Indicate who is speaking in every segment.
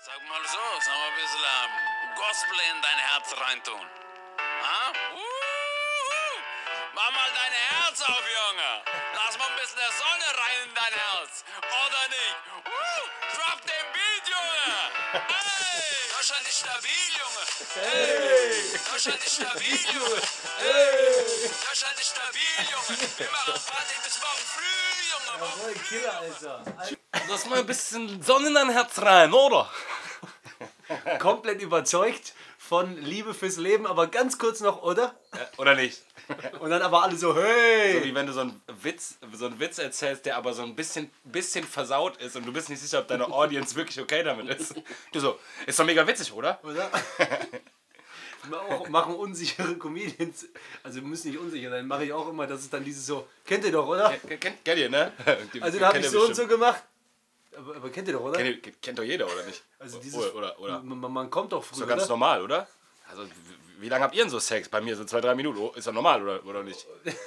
Speaker 1: Sag mal so, sag mal ein bisschen ähm, Gospel in dein Herz reintun. Ha? Uhuhu. Mach mal dein Herz auf, Junge. Lass mal ein bisschen der Sonne rein in dein Herz. Oder nicht? Uh, drop den Beat, Junge. Hey! Deutschland ist stabil, Junge. Hey! Deutschland ist stabil, Junge. Hey! Deutschland ist stabil, Junge. Wir machen Party bis morgen früh, Junge. Morgen
Speaker 2: Voll Killer, Alter.
Speaker 3: Lass mal ein bisschen Sonne in dein Herz rein, oder?
Speaker 2: Komplett überzeugt von Liebe fürs Leben, aber ganz kurz noch, oder?
Speaker 3: Oder nicht?
Speaker 2: Und dann aber alle so,
Speaker 3: So
Speaker 2: hey!
Speaker 3: wie wenn du so einen Witz, so einen Witz erzählst, der aber so ein bisschen, bisschen versaut ist und du bist nicht sicher, ob deine Audience wirklich okay damit ist. Du so, ist doch mega witzig, oder?
Speaker 2: Oder? Ma- auch, machen unsichere Comedians, also müssen nicht unsicher sein, mache ich auch immer, das ist dann dieses so, kennt ihr doch, oder?
Speaker 3: Ken- Kennt, kennt ihr, ne?
Speaker 2: Also da habe
Speaker 3: Kennt
Speaker 2: ich so
Speaker 3: ihr
Speaker 2: und so
Speaker 3: bestimmt.
Speaker 2: gemacht. Aber, aber kennt ihr doch, oder?
Speaker 3: Kennt, ihr- kennt doch jeder, oder nicht?
Speaker 2: Also dieses,
Speaker 3: oder, oder, oder. Ist
Speaker 2: Man, man kommt doch
Speaker 3: doch
Speaker 2: früher,
Speaker 3: ganz
Speaker 2: oder?
Speaker 3: normal, oder? Also, wie- wie lange habt ihr denn so Sex? Bei mir so zwei, drei Minuten. Oh, Ist doch normal, oder, oder nicht?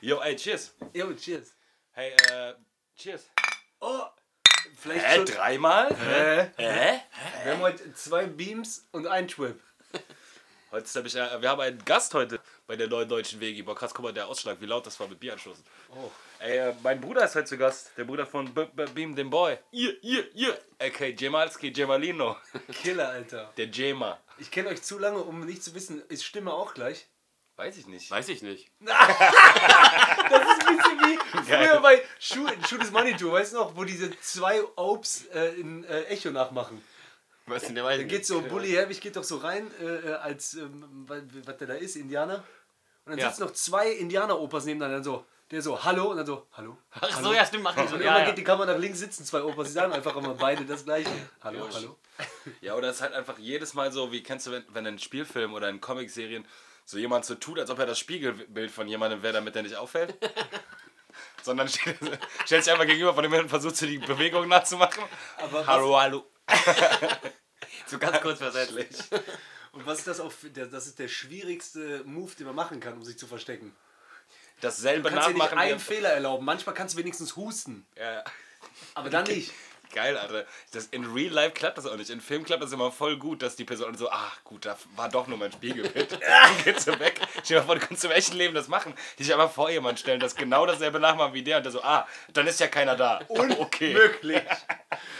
Speaker 3: Yo, ey, cheers.
Speaker 2: Jo, cheers.
Speaker 3: Hey, äh, cheers.
Speaker 2: Oh! Vielleicht
Speaker 3: Hä,
Speaker 2: schon...
Speaker 3: dreimal?
Speaker 2: Äh,
Speaker 3: Hä?
Speaker 2: wir haben heute zwei Beams und einen Trip.
Speaker 3: Heute ist nämlich, äh, wir haben einen Gast heute bei der neuen deutschen WG. Boah, krass, guck mal, der Ausschlag, wie laut das war mit Bier anstoßen.
Speaker 2: Oh.
Speaker 3: Ey, äh, mein Bruder ist heute zu Gast. Der Bruder von B -B Beam den Boy. Ihr, ihr, ihr. Okay, Jemalski, Jemalino.
Speaker 2: Killer, Alter.
Speaker 3: Der Jema.
Speaker 2: Ich kenne euch zu lange, um nicht zu wissen, ist Stimme auch gleich?
Speaker 3: Weiß ich nicht.
Speaker 4: Weiß ich nicht.
Speaker 2: Das ist ein bisschen wie früher bei Schuh, Schuh des Money Tour, weißt du noch, wo diese zwei Obs äh, in äh, Echo nachmachen.
Speaker 4: Was denn der Weiß
Speaker 2: Dann geht so, Bully Herbig geht doch so rein, äh, äh, als, ähm, wa- was der da ist, Indianer. Und dann
Speaker 4: Ja.
Speaker 2: sitzen noch zwei Indianer-Opas nebeneinander, dann so, der so, hallo, und dann so, hallo.
Speaker 4: Ach so, ja, stimmt, machen die so.
Speaker 2: Und irgendwann
Speaker 4: Ja, ja.
Speaker 2: geht die Kamera nach links, sitzen zwei Opas, die sagen einfach immer beide das gleiche. Hallo,
Speaker 3: Ja,
Speaker 2: hallo.
Speaker 3: Ja, oder es ist halt einfach jedes Mal so, wie kennst du, wenn, wenn in Spielfilmen oder in Comicserien so jemand so tut, als ob er das Spiegelbild von jemandem wäre, damit er nicht auffällt? Sondern steht- stellt sich einfach gegenüber von dem hin und versucht, so die Bewegung nachzumachen.
Speaker 2: Aber was,
Speaker 3: Hallo, hallo.
Speaker 4: So ganz kurz versetzt.
Speaker 2: und was ist das auch für, der, das ist der schwierigste Move, den man machen kann, um sich zu verstecken.
Speaker 3: Dasselbe
Speaker 2: Du kannst dir nicht
Speaker 3: nachmachen. wie-
Speaker 2: einen Fehler erlauben. Manchmal kannst du wenigstens husten,
Speaker 3: ja,
Speaker 2: aber dann nicht.
Speaker 3: geil, Alter. Das, in Real Life klappt das auch nicht. In Film klappt das immer voll gut, dass die Person so, ach gut, da war doch nur mein Spiegelbild. Dann geht so weg. Stell dir mal vor, du kannst im echten Leben das machen. Dich aber vor jemand stellen, das genau dasselbe nachmachen wie der und der so, ah, dann ist ja keiner da. Okay.
Speaker 2: Möglich.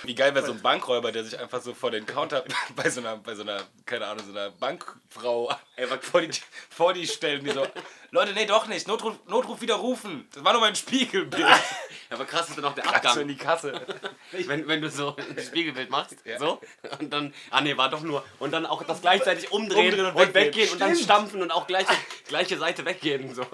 Speaker 3: Wie geil wäre so ein Bankräuber, der sich einfach so vor den Counter bei so einer, bei so einer keine Ahnung, so einer Bankfrau einfach vor die, vor die stellen, die so, Leute, nee, doch nicht, Notruf, Notruf widerrufen. Das war nur mein Spiegelbild.
Speaker 4: Aber krass ist dann auch der
Speaker 3: So in
Speaker 4: Abgang.
Speaker 3: die Kasse.
Speaker 4: Wenn, wenn du so ein Spiegelbild machst, so, und dann, ah nee, war doch nur, und dann auch das gleichzeitig umdrehen,
Speaker 3: Umdrehen und
Speaker 4: und weggehen,
Speaker 3: weggehen.
Speaker 4: und dann
Speaker 2: Stimmt.
Speaker 4: stampfen und auch gleiche,
Speaker 2: Ah,
Speaker 4: gleiche Seite weggehen. So.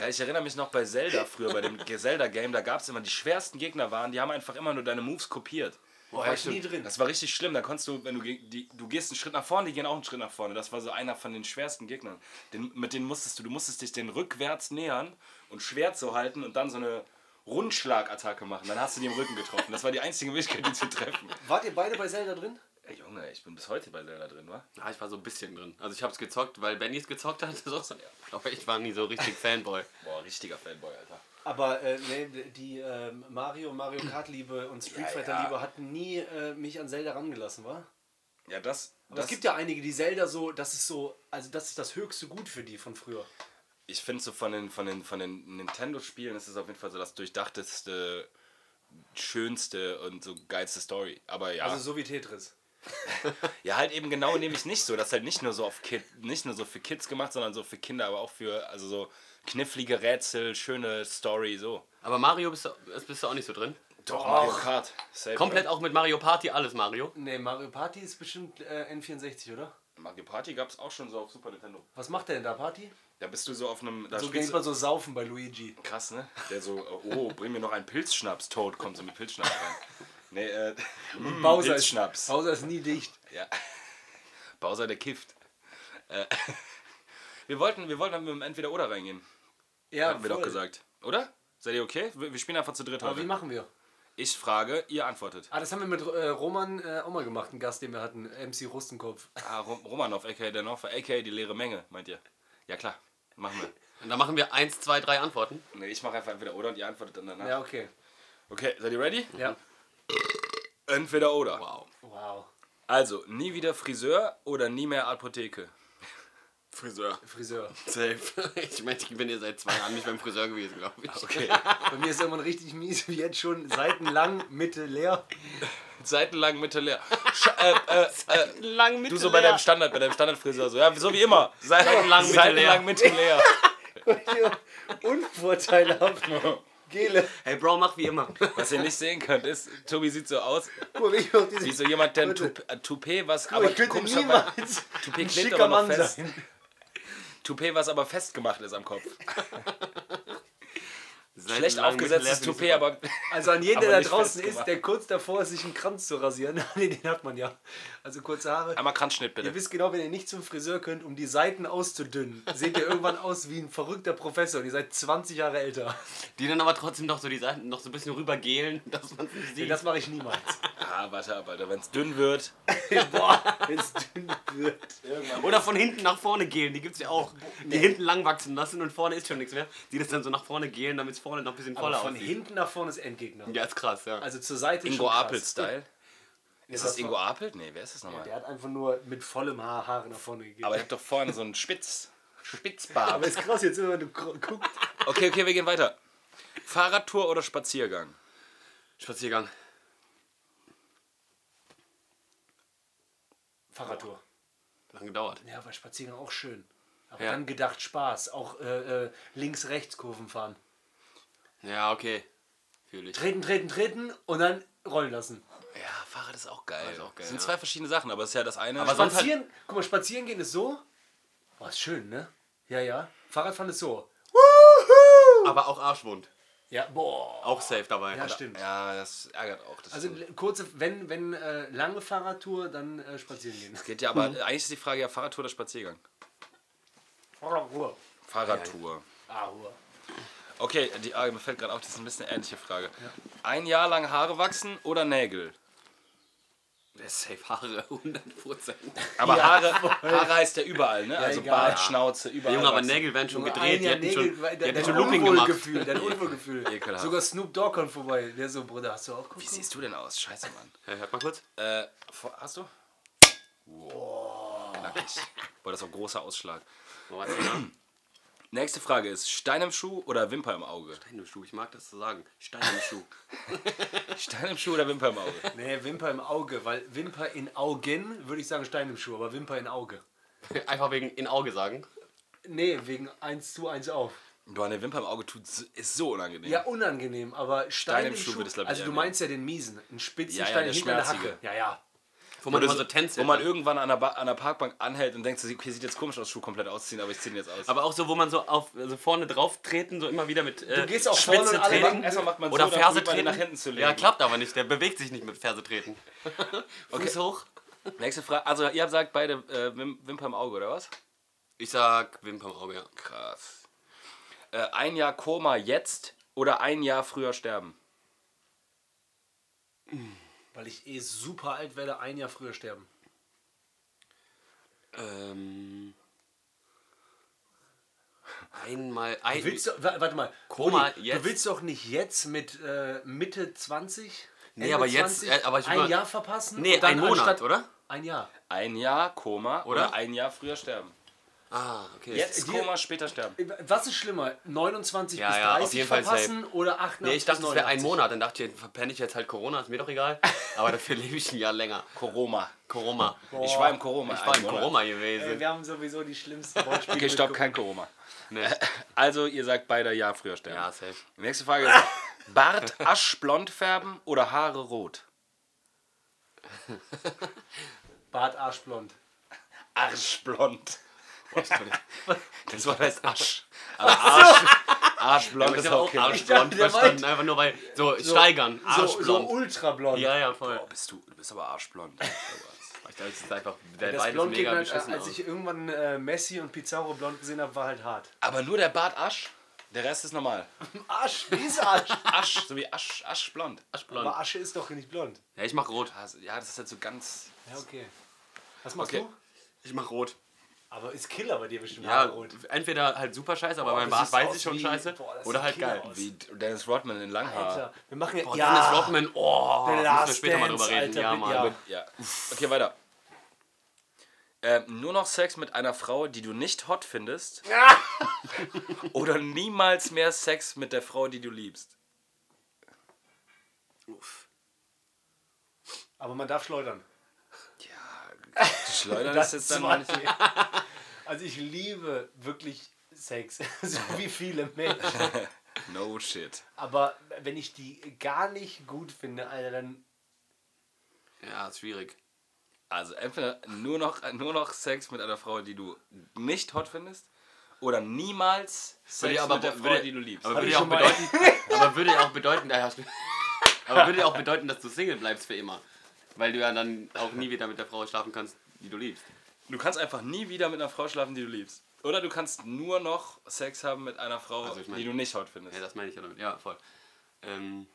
Speaker 3: Ja, ich erinnere mich noch bei Zelda früher, bei dem Zelda-Game, da gab es immer, die schwersten Gegner waren, die haben einfach immer nur deine Moves kopiert.
Speaker 2: Boah, ich nie drin.
Speaker 3: Das war richtig schlimm, da konntest du, wenn du, gegen die, du gehst einen Schritt nach vorne, die gehen auch einen Schritt nach vorne. Das war so einer von den schwersten Gegnern. Den, mit denen musstest du, du musstest dich den rückwärts nähern und Schwert so halten und dann so eine Rundschlagattacke machen. Dann hast du die im Rücken getroffen. Das war die einzige Möglichkeit, die zu treffen.
Speaker 2: Wart ihr beide bei Zelda drin?
Speaker 3: Ey, Junge, ich bin bis heute bei Zelda drin, wa?
Speaker 4: Ja, ah, ich war so ein bisschen drin. Also ich hab's gezockt, weil Benny es gezockt hat. So. Aber ich war nie so richtig Fanboy.
Speaker 3: Boah, richtiger Fanboy, Alter.
Speaker 2: Aber äh, nee, die ähm, Mario, Mario Kart Liebe und Street
Speaker 3: Ja,
Speaker 2: Fighter
Speaker 3: ja.
Speaker 2: Liebe hat nie äh, mich an Zelda rangelassen, war?
Speaker 3: Ja, das...
Speaker 2: Aber es gibt ja einige, die Zelda so, das ist so, also das ist das höchste Gut für die von früher.
Speaker 3: ich finde so von den, von den, von den Nintendo-Spielen ist es auf jeden Fall so das durchdachteste, schönste und so geilste Story. Aber ja,
Speaker 2: Also so wie Tetris.
Speaker 3: ja halt eben genau nämlich nicht so. Das ist halt nicht nur so auf Kid, nicht nur so für Kids gemacht, sondern so für Kinder, aber auch für also so knifflige Rätsel, schöne Story so.
Speaker 4: Aber Mario bist du, bist du auch nicht so drin.
Speaker 3: Doch Mario Kart. Safe,
Speaker 4: Komplett
Speaker 3: oder?
Speaker 4: auch mit Mario Party, alles Mario.
Speaker 2: Nee, Mario Party ist bestimmt äh, N64, oder?
Speaker 3: Mario Party gab es auch schon so auf Super Nintendo.
Speaker 2: Was macht der denn da Party?
Speaker 3: Da bist du so auf einem da
Speaker 2: so
Speaker 3: spielst
Speaker 2: geht
Speaker 3: du,
Speaker 2: man so saufen bei Luigi.
Speaker 3: krass, ne? Der so oh, bring mir noch einen Pilzschnaps. Toad kommt so mit Pilzschnaps rein. Nee, äh mm,
Speaker 2: Bowser ist,
Speaker 3: Pilzschnaps.
Speaker 2: Bowser ist nie dicht.
Speaker 3: Ja. Bowser, der kifft. Äh, wir wollten, wir wollten mit dem Entweder-Oder reingehen.
Speaker 2: Ja,
Speaker 3: Haben wir doch
Speaker 2: voll.
Speaker 3: gesagt. Oder? Seid ihr okay? Wir, wir spielen einfach zu dritt
Speaker 2: Aber wie
Speaker 3: heute.
Speaker 2: machen wir?
Speaker 3: Ich frage, ihr antwortet.
Speaker 2: Ah, das haben wir mit äh, Roman äh, auch mal gemacht, einen Gast, den wir hatten, MC Rustenkopf.
Speaker 3: Ah, Rom- Romanov, aka der Norfer, aka die leere Menge, meint ihr? Ja klar, machen wir.
Speaker 4: Und dann machen wir eins, zwei, drei Antworten.
Speaker 3: Nee, ich mache einfach Entweder-Oder und ihr antwortet dann danach.
Speaker 2: Ja, okay.
Speaker 3: Okay, seid ihr ready?
Speaker 2: Ja.
Speaker 3: Entweder oder.
Speaker 4: Wow.
Speaker 2: Wow.
Speaker 3: Also, nie wieder Friseur oder nie mehr Apotheke.
Speaker 4: Friseur.
Speaker 2: Friseur.
Speaker 4: Safe. Ich meine, ich bin ja seit zwei Jahren nicht beim Friseur gewesen, glaube ich.
Speaker 3: Okay.
Speaker 2: Bei mir ist irgendwann richtig mies, wie jetzt schon seitenlang, Mitte leer.
Speaker 3: Seitenlang Mitte leer. Sch äh, äh, äh,
Speaker 4: Lang mit
Speaker 3: du so bei deinem Standard, bei deinem Standardfriseur so. Ja, so wie immer. Seitenlang
Speaker 4: Mitte
Speaker 3: Seitenlang Mitte leer.
Speaker 2: Unvorteilhaft. Gele.
Speaker 4: Hey Bro, mach wie immer.
Speaker 3: Was ihr nicht sehen könnt, ist, Tobi sieht so aus,
Speaker 2: Guck, ich noch
Speaker 3: wie so
Speaker 2: diese.
Speaker 3: jemand, der ein
Speaker 2: Leute.
Speaker 3: Toupet, äh, Toupet was
Speaker 2: Aber
Speaker 3: aber
Speaker 2: ich könnte
Speaker 3: komischerweise-
Speaker 2: niemals
Speaker 3: Toupet
Speaker 2: ein
Speaker 3: klebt
Speaker 2: schicker
Speaker 3: aber
Speaker 2: Mann
Speaker 3: noch fest.
Speaker 2: sein.
Speaker 3: Toupet, was aber festgemacht ist am Kopf.
Speaker 4: Seitenlang
Speaker 3: Schlecht
Speaker 4: mit Leer
Speaker 3: aufgesetztes
Speaker 4: finde ich
Speaker 3: Toupet,
Speaker 4: super.
Speaker 3: aber
Speaker 2: Also an jeden,
Speaker 3: Aber
Speaker 2: der da
Speaker 3: nicht
Speaker 2: draußen ist,
Speaker 3: festgemacht.
Speaker 2: der kurz davor ist, sich einen Kranz zu rasieren. nee, den hat man ja. Also kurze Haare.
Speaker 3: einmal Kranzschnitt
Speaker 2: Ihr
Speaker 3: bitte.
Speaker 2: wisst genau, wenn ihr nicht zum Friseur könnt, um die Seiten auszudünnen, seht ihr irgendwann aus wie ein verrückter Professor und ihr seid 20 Jahre älter.
Speaker 4: Die dann aber trotzdem noch so die Seiten noch so ein bisschen rübergehlen, dass man es nicht
Speaker 2: Nee,
Speaker 4: sieht.
Speaker 2: das mache ich niemals.
Speaker 3: Ah, warte ab, Alter. Wenn's dünn wird,
Speaker 2: Boah, wenn es dünn wird.
Speaker 4: Oder von hinten nach vorne gehen, die gibt's ja auch. Die hinten lang wachsen lassen und vorne ist schon nichts mehr. Die das dann so nach vorne gehen, damit es vorne noch ein bisschen voller
Speaker 2: Aber von
Speaker 4: aussieht.
Speaker 2: hinten nach vorne ist Endgegner.
Speaker 4: Ja, ist krass, ja.
Speaker 2: Also zur Seite
Speaker 3: Ingo
Speaker 2: schon krass.
Speaker 3: Apel-Style.
Speaker 2: Nee,
Speaker 3: Ist das Ingo Apel? Nee, wer ist das nochmal?
Speaker 2: Der hat einfach nur mit vollem Haar Haare nach vorne gegeben.
Speaker 3: Aber ich hab doch vorne so einen Spitz, Spitzbart.
Speaker 2: Aber ist krass, jetzt immer, wenn du gro- guckst.
Speaker 3: Okay, okay, wir gehen weiter. Fahrradtour oder Spaziergang?
Speaker 4: Spaziergang.
Speaker 2: Fahrradtour.
Speaker 4: Lang gedauert.
Speaker 2: Ja, aber Spaziergang auch schön. Aber
Speaker 4: Ja.
Speaker 2: dann gedacht Spaß. Auch äh, äh, links-rechts-Kurven fahren.
Speaker 4: Ja, okay. Fühl ich.
Speaker 2: Treten, treten, treten und dann rollen lassen.
Speaker 3: Ja, Fahrrad ist auch geil.
Speaker 4: ist auch geil,
Speaker 3: das sind
Speaker 4: ja.
Speaker 3: zwei verschiedene Sachen, aber es ist ja das eine.
Speaker 4: Aber sonst-
Speaker 2: Spazieren, guck mal, spazieren gehen ist so. Oh, ist schön, ne? Ja, ja. Fahrradfahren ist so.
Speaker 4: Aber auch Arschwund.
Speaker 2: Ja, boah.
Speaker 4: Auch safe dabei.
Speaker 2: Ja, stimmt.
Speaker 3: ja, Ah, das ärgert auch. Das
Speaker 2: Also
Speaker 3: stimmt.
Speaker 2: l- kurze, wenn, wenn äh, lange Fahrradtour, dann äh, spazieren gehen.
Speaker 3: geht ja, aber eigentlich ist die Frage ja Fahrradtour oder Spaziergang.
Speaker 4: Ah,
Speaker 2: Fahrradtour.
Speaker 3: Fahrradtour.
Speaker 2: Ah, Ruhe.
Speaker 3: Okay, die ah, mir fällt gerade auf, das ist ein bisschen eine ähnliche Frage. Ein Jahr lang Haare wachsen oder Nägel?
Speaker 4: Der ist safe Haare, 100%.
Speaker 3: Aber Haare, Haare heißt ja überall, ne? also
Speaker 2: egal.
Speaker 3: Bart, Schnauze, überall.
Speaker 4: Junge, aber
Speaker 3: wachsen.
Speaker 4: Nägel werden schon
Speaker 2: Nur
Speaker 4: gedreht.
Speaker 2: ein
Speaker 4: Die
Speaker 2: Jahr
Speaker 4: hätten schon,
Speaker 2: Nägel, weil
Speaker 4: die
Speaker 2: dein,
Speaker 4: hätten
Speaker 2: dein
Speaker 4: schon Looping gemacht.
Speaker 2: Unwohlgefühl, dein Unwohlgefühl.
Speaker 3: Ekelhaft.
Speaker 2: Sogar Snoop Dogg kommt vorbei. Der so, Bruder, hast du auch geguckt?
Speaker 3: Wie siehst du denn aus? Scheiße, Mann.
Speaker 4: Hey, hört halt mal kurz.
Speaker 3: Äh, vor- hast du? Wow. Knackig. Boah, das ist auch ein großer Ausschlag.
Speaker 4: Oh, warte, ja.
Speaker 3: Nächste Frage ist: Stein im Schuh oder Wimper im Auge?
Speaker 4: Stein im Schuh, ich mag das zu sagen. Stein im Schuh.
Speaker 3: Stein im Schuh oder Wimper im Auge?
Speaker 2: Nee, Wimper im Auge, weil Wimper in Augen, würde ich sagen Stein im Schuh, aber Wimper in Auge.
Speaker 4: Einfach wegen in Auge sagen.
Speaker 2: Nee, wegen 1 zu 1 auf.
Speaker 3: Boah, eine Wimper im Auge tut, so- ist so unangenehm.
Speaker 2: Ja, unangenehm, aber Stein, im Schuh,
Speaker 3: würde ich, glaub ich,
Speaker 2: also du
Speaker 3: eher
Speaker 2: meinst ja den miesen, einen spitzen
Speaker 3: Ja, ja,
Speaker 2: Stein
Speaker 3: der
Speaker 2: hinter der
Speaker 3: schmerzige.
Speaker 2: Hacke. Ja, ja.
Speaker 4: Wo man
Speaker 3: Wo,
Speaker 4: immer so
Speaker 3: so
Speaker 4: tänzelt. ne?
Speaker 3: wo man irgendwann an der, Ba- an der Parkbank anhält und denkt, so, okay, sieht jetzt komisch aus, Schuh komplett ausziehen, aber ich ziehe ihn jetzt aus.
Speaker 4: Aber auch so, wo man so auf also vorne drauf treten, so immer wieder mit äh,
Speaker 2: Du gehst auch vorne
Speaker 4: Spitze
Speaker 2: und alle
Speaker 4: treten.
Speaker 2: machen-
Speaker 3: erstmal macht man
Speaker 4: Oder
Speaker 3: so, dann
Speaker 4: Ferse
Speaker 3: probiert man ihn
Speaker 4: treten.
Speaker 3: nach hinten zu legen.
Speaker 4: Ja, klappt aber nicht. Der bewegt sich nicht mit Ferse treten. Fuß hoch.
Speaker 3: Nächste Frage. Also, ihr habt gesagt, beide äh, Wim Wimper im Auge, oder was?
Speaker 4: Ich sag Wimper im Auge, ja.
Speaker 3: Krass. Äh, ein Jahr Koma jetzt oder ein Jahr früher sterben?
Speaker 2: Weil ich eh super alt werde, ein Jahr früher sterben.
Speaker 4: Ähm. Einmal. Ein,
Speaker 2: Willst du, wa- warte mal,
Speaker 4: Koma,
Speaker 2: Uli,
Speaker 4: jetzt?
Speaker 2: du willst doch nicht jetzt mit äh, Mitte 20?
Speaker 4: Nee,
Speaker 2: Ende
Speaker 4: aber jetzt, äh, aber ich will
Speaker 2: ein
Speaker 4: mal-
Speaker 2: Jahr verpassen?
Speaker 4: nee,
Speaker 2: und dann
Speaker 4: ein Monat,
Speaker 2: anstatt-
Speaker 4: oder?
Speaker 2: Ein Jahr.
Speaker 3: Ein Jahr Koma oder,
Speaker 4: Oder?
Speaker 3: ein Jahr früher sterben?
Speaker 4: Ah, okay.
Speaker 3: Jetzt
Speaker 2: die-
Speaker 3: Koma, später sterben.
Speaker 2: Was ist schlimmer, 29
Speaker 4: Ja,
Speaker 2: bis 30
Speaker 4: ja, auf jeden Fall
Speaker 2: verpassen oder 88
Speaker 4: Nee, ich dachte,
Speaker 2: bis
Speaker 4: es wäre ein
Speaker 2: 89?
Speaker 4: Monat. Dann dachte ich, verpenne ich jetzt halt Corona, ist mir doch egal. Aber dafür lebe ich ein Jahr länger.
Speaker 3: Koroma.
Speaker 4: Corona.
Speaker 3: Ich war im Koroma.
Speaker 4: Ich war
Speaker 3: einen
Speaker 4: in
Speaker 3: Monat.
Speaker 4: Corona gewesen.
Speaker 2: Ey, Äh, wir haben sowieso die schlimmsten Wortspiele.
Speaker 3: Okay, stopp, kein Koroma.
Speaker 4: Nee.
Speaker 3: Also, ihr sagt beide Jahr früher sterben.
Speaker 4: Ja, safe.
Speaker 3: Nächste Frage ist: Bart aschblond färben oder Haare rot?
Speaker 2: Bart arschblond.
Speaker 3: Arschblond. Das Wort heißt Asch. Aber Arsch, Arschblond
Speaker 4: Das
Speaker 3: ist
Speaker 4: ist aber
Speaker 3: auch
Speaker 4: auch
Speaker 3: okay.
Speaker 4: Arschblond
Speaker 2: Ja, der
Speaker 4: verstanden, einfach nur weil halt so, steigern,
Speaker 2: So, so
Speaker 4: Arschblond.
Speaker 2: ultrablond.
Speaker 4: ja, ja, voll.
Speaker 3: Oh, bist du, du bist aber arschblond.
Speaker 4: Ich glaube, das ist einfach der
Speaker 2: Das
Speaker 4: Wein ist
Speaker 2: Blond ging
Speaker 4: mega
Speaker 2: halt, äh,
Speaker 4: beschissen
Speaker 2: als
Speaker 4: aus.
Speaker 2: ich irgendwann äh, Messi und Pizarro blond gesehen habe, war halt hart.
Speaker 3: aber nur der Bart Asch, der Rest ist normal.
Speaker 2: Arsch, wie ist Arsch?
Speaker 3: Asch, so wie Asch, Aschblond.
Speaker 2: Aber
Speaker 4: Arschblond.
Speaker 2: Asche ist doch nicht blond.
Speaker 4: Ja, ich
Speaker 3: Ah,
Speaker 4: mach rot.
Speaker 3: Ja, das ist halt so ganz.
Speaker 2: Ja, okay. Was machst
Speaker 3: Okay.
Speaker 2: du?
Speaker 4: Ich mach rot.
Speaker 2: Aber ist Killer bei dir bestimmt
Speaker 4: Ja,
Speaker 2: rot.
Speaker 4: entweder halt super scheiße, aber mein
Speaker 2: das
Speaker 4: Bart
Speaker 2: sieht
Speaker 4: weiß
Speaker 2: aus
Speaker 4: ich schon
Speaker 2: wie-
Speaker 4: scheiße.
Speaker 2: boah, das
Speaker 4: oder
Speaker 2: sieht
Speaker 4: halt
Speaker 2: killer
Speaker 4: geil.
Speaker 2: aus.
Speaker 3: Wie Dennis Rodman in Langhaar.
Speaker 2: Alter, wir machen ja.
Speaker 4: Boah,
Speaker 2: ja.
Speaker 4: Dennis Rodman, oh,
Speaker 2: The
Speaker 4: müssen wir
Speaker 2: Last
Speaker 4: später mal drüber
Speaker 2: Dance,
Speaker 4: reden.
Speaker 2: Alter,
Speaker 4: ja,
Speaker 2: bitte,
Speaker 4: Mann.
Speaker 2: ja.
Speaker 3: Ja. Okay, weiter. Ähm, nur noch Sex mit einer Frau, die du nicht hot findest. Oder niemals mehr Sex mit der Frau, die du liebst.
Speaker 2: Aber man darf schleudern.
Speaker 3: Schleudern ist jetzt dann
Speaker 2: war-
Speaker 3: manchmal-
Speaker 2: Also ich liebe wirklich Sex, so wie viele Menschen.
Speaker 3: No shit.
Speaker 2: Aber wenn ich die gar nicht gut finde, Alter, dann
Speaker 4: Ja, ist schwierig.
Speaker 3: Also entweder nur noch, nur noch Sex mit einer Frau, die du nicht hot findest. Oder niemals Sex
Speaker 4: Würde aber,
Speaker 3: mit der Frau,
Speaker 4: würde,
Speaker 3: die du liebst.
Speaker 4: Aber
Speaker 2: Hab
Speaker 4: würde,
Speaker 2: ich
Speaker 4: ja auch
Speaker 2: schon mal-
Speaker 4: bedeuten, aber würde ja auch bedeuten, da hast du, aber würde ja auch bedeuten, dass du Single bleibst für immer. Weil du ja dann auch nie wieder mit der Frau schlafen kannst, die du liebst.
Speaker 3: Du kannst einfach nie wieder mit einer Frau schlafen, die du liebst. Oder du kannst nur noch Sex haben mit einer Frau,
Speaker 4: Also ich mein-
Speaker 3: die du nicht hot findest.
Speaker 4: Ja, das meine ich ja damit. Ja, voll. Ähm,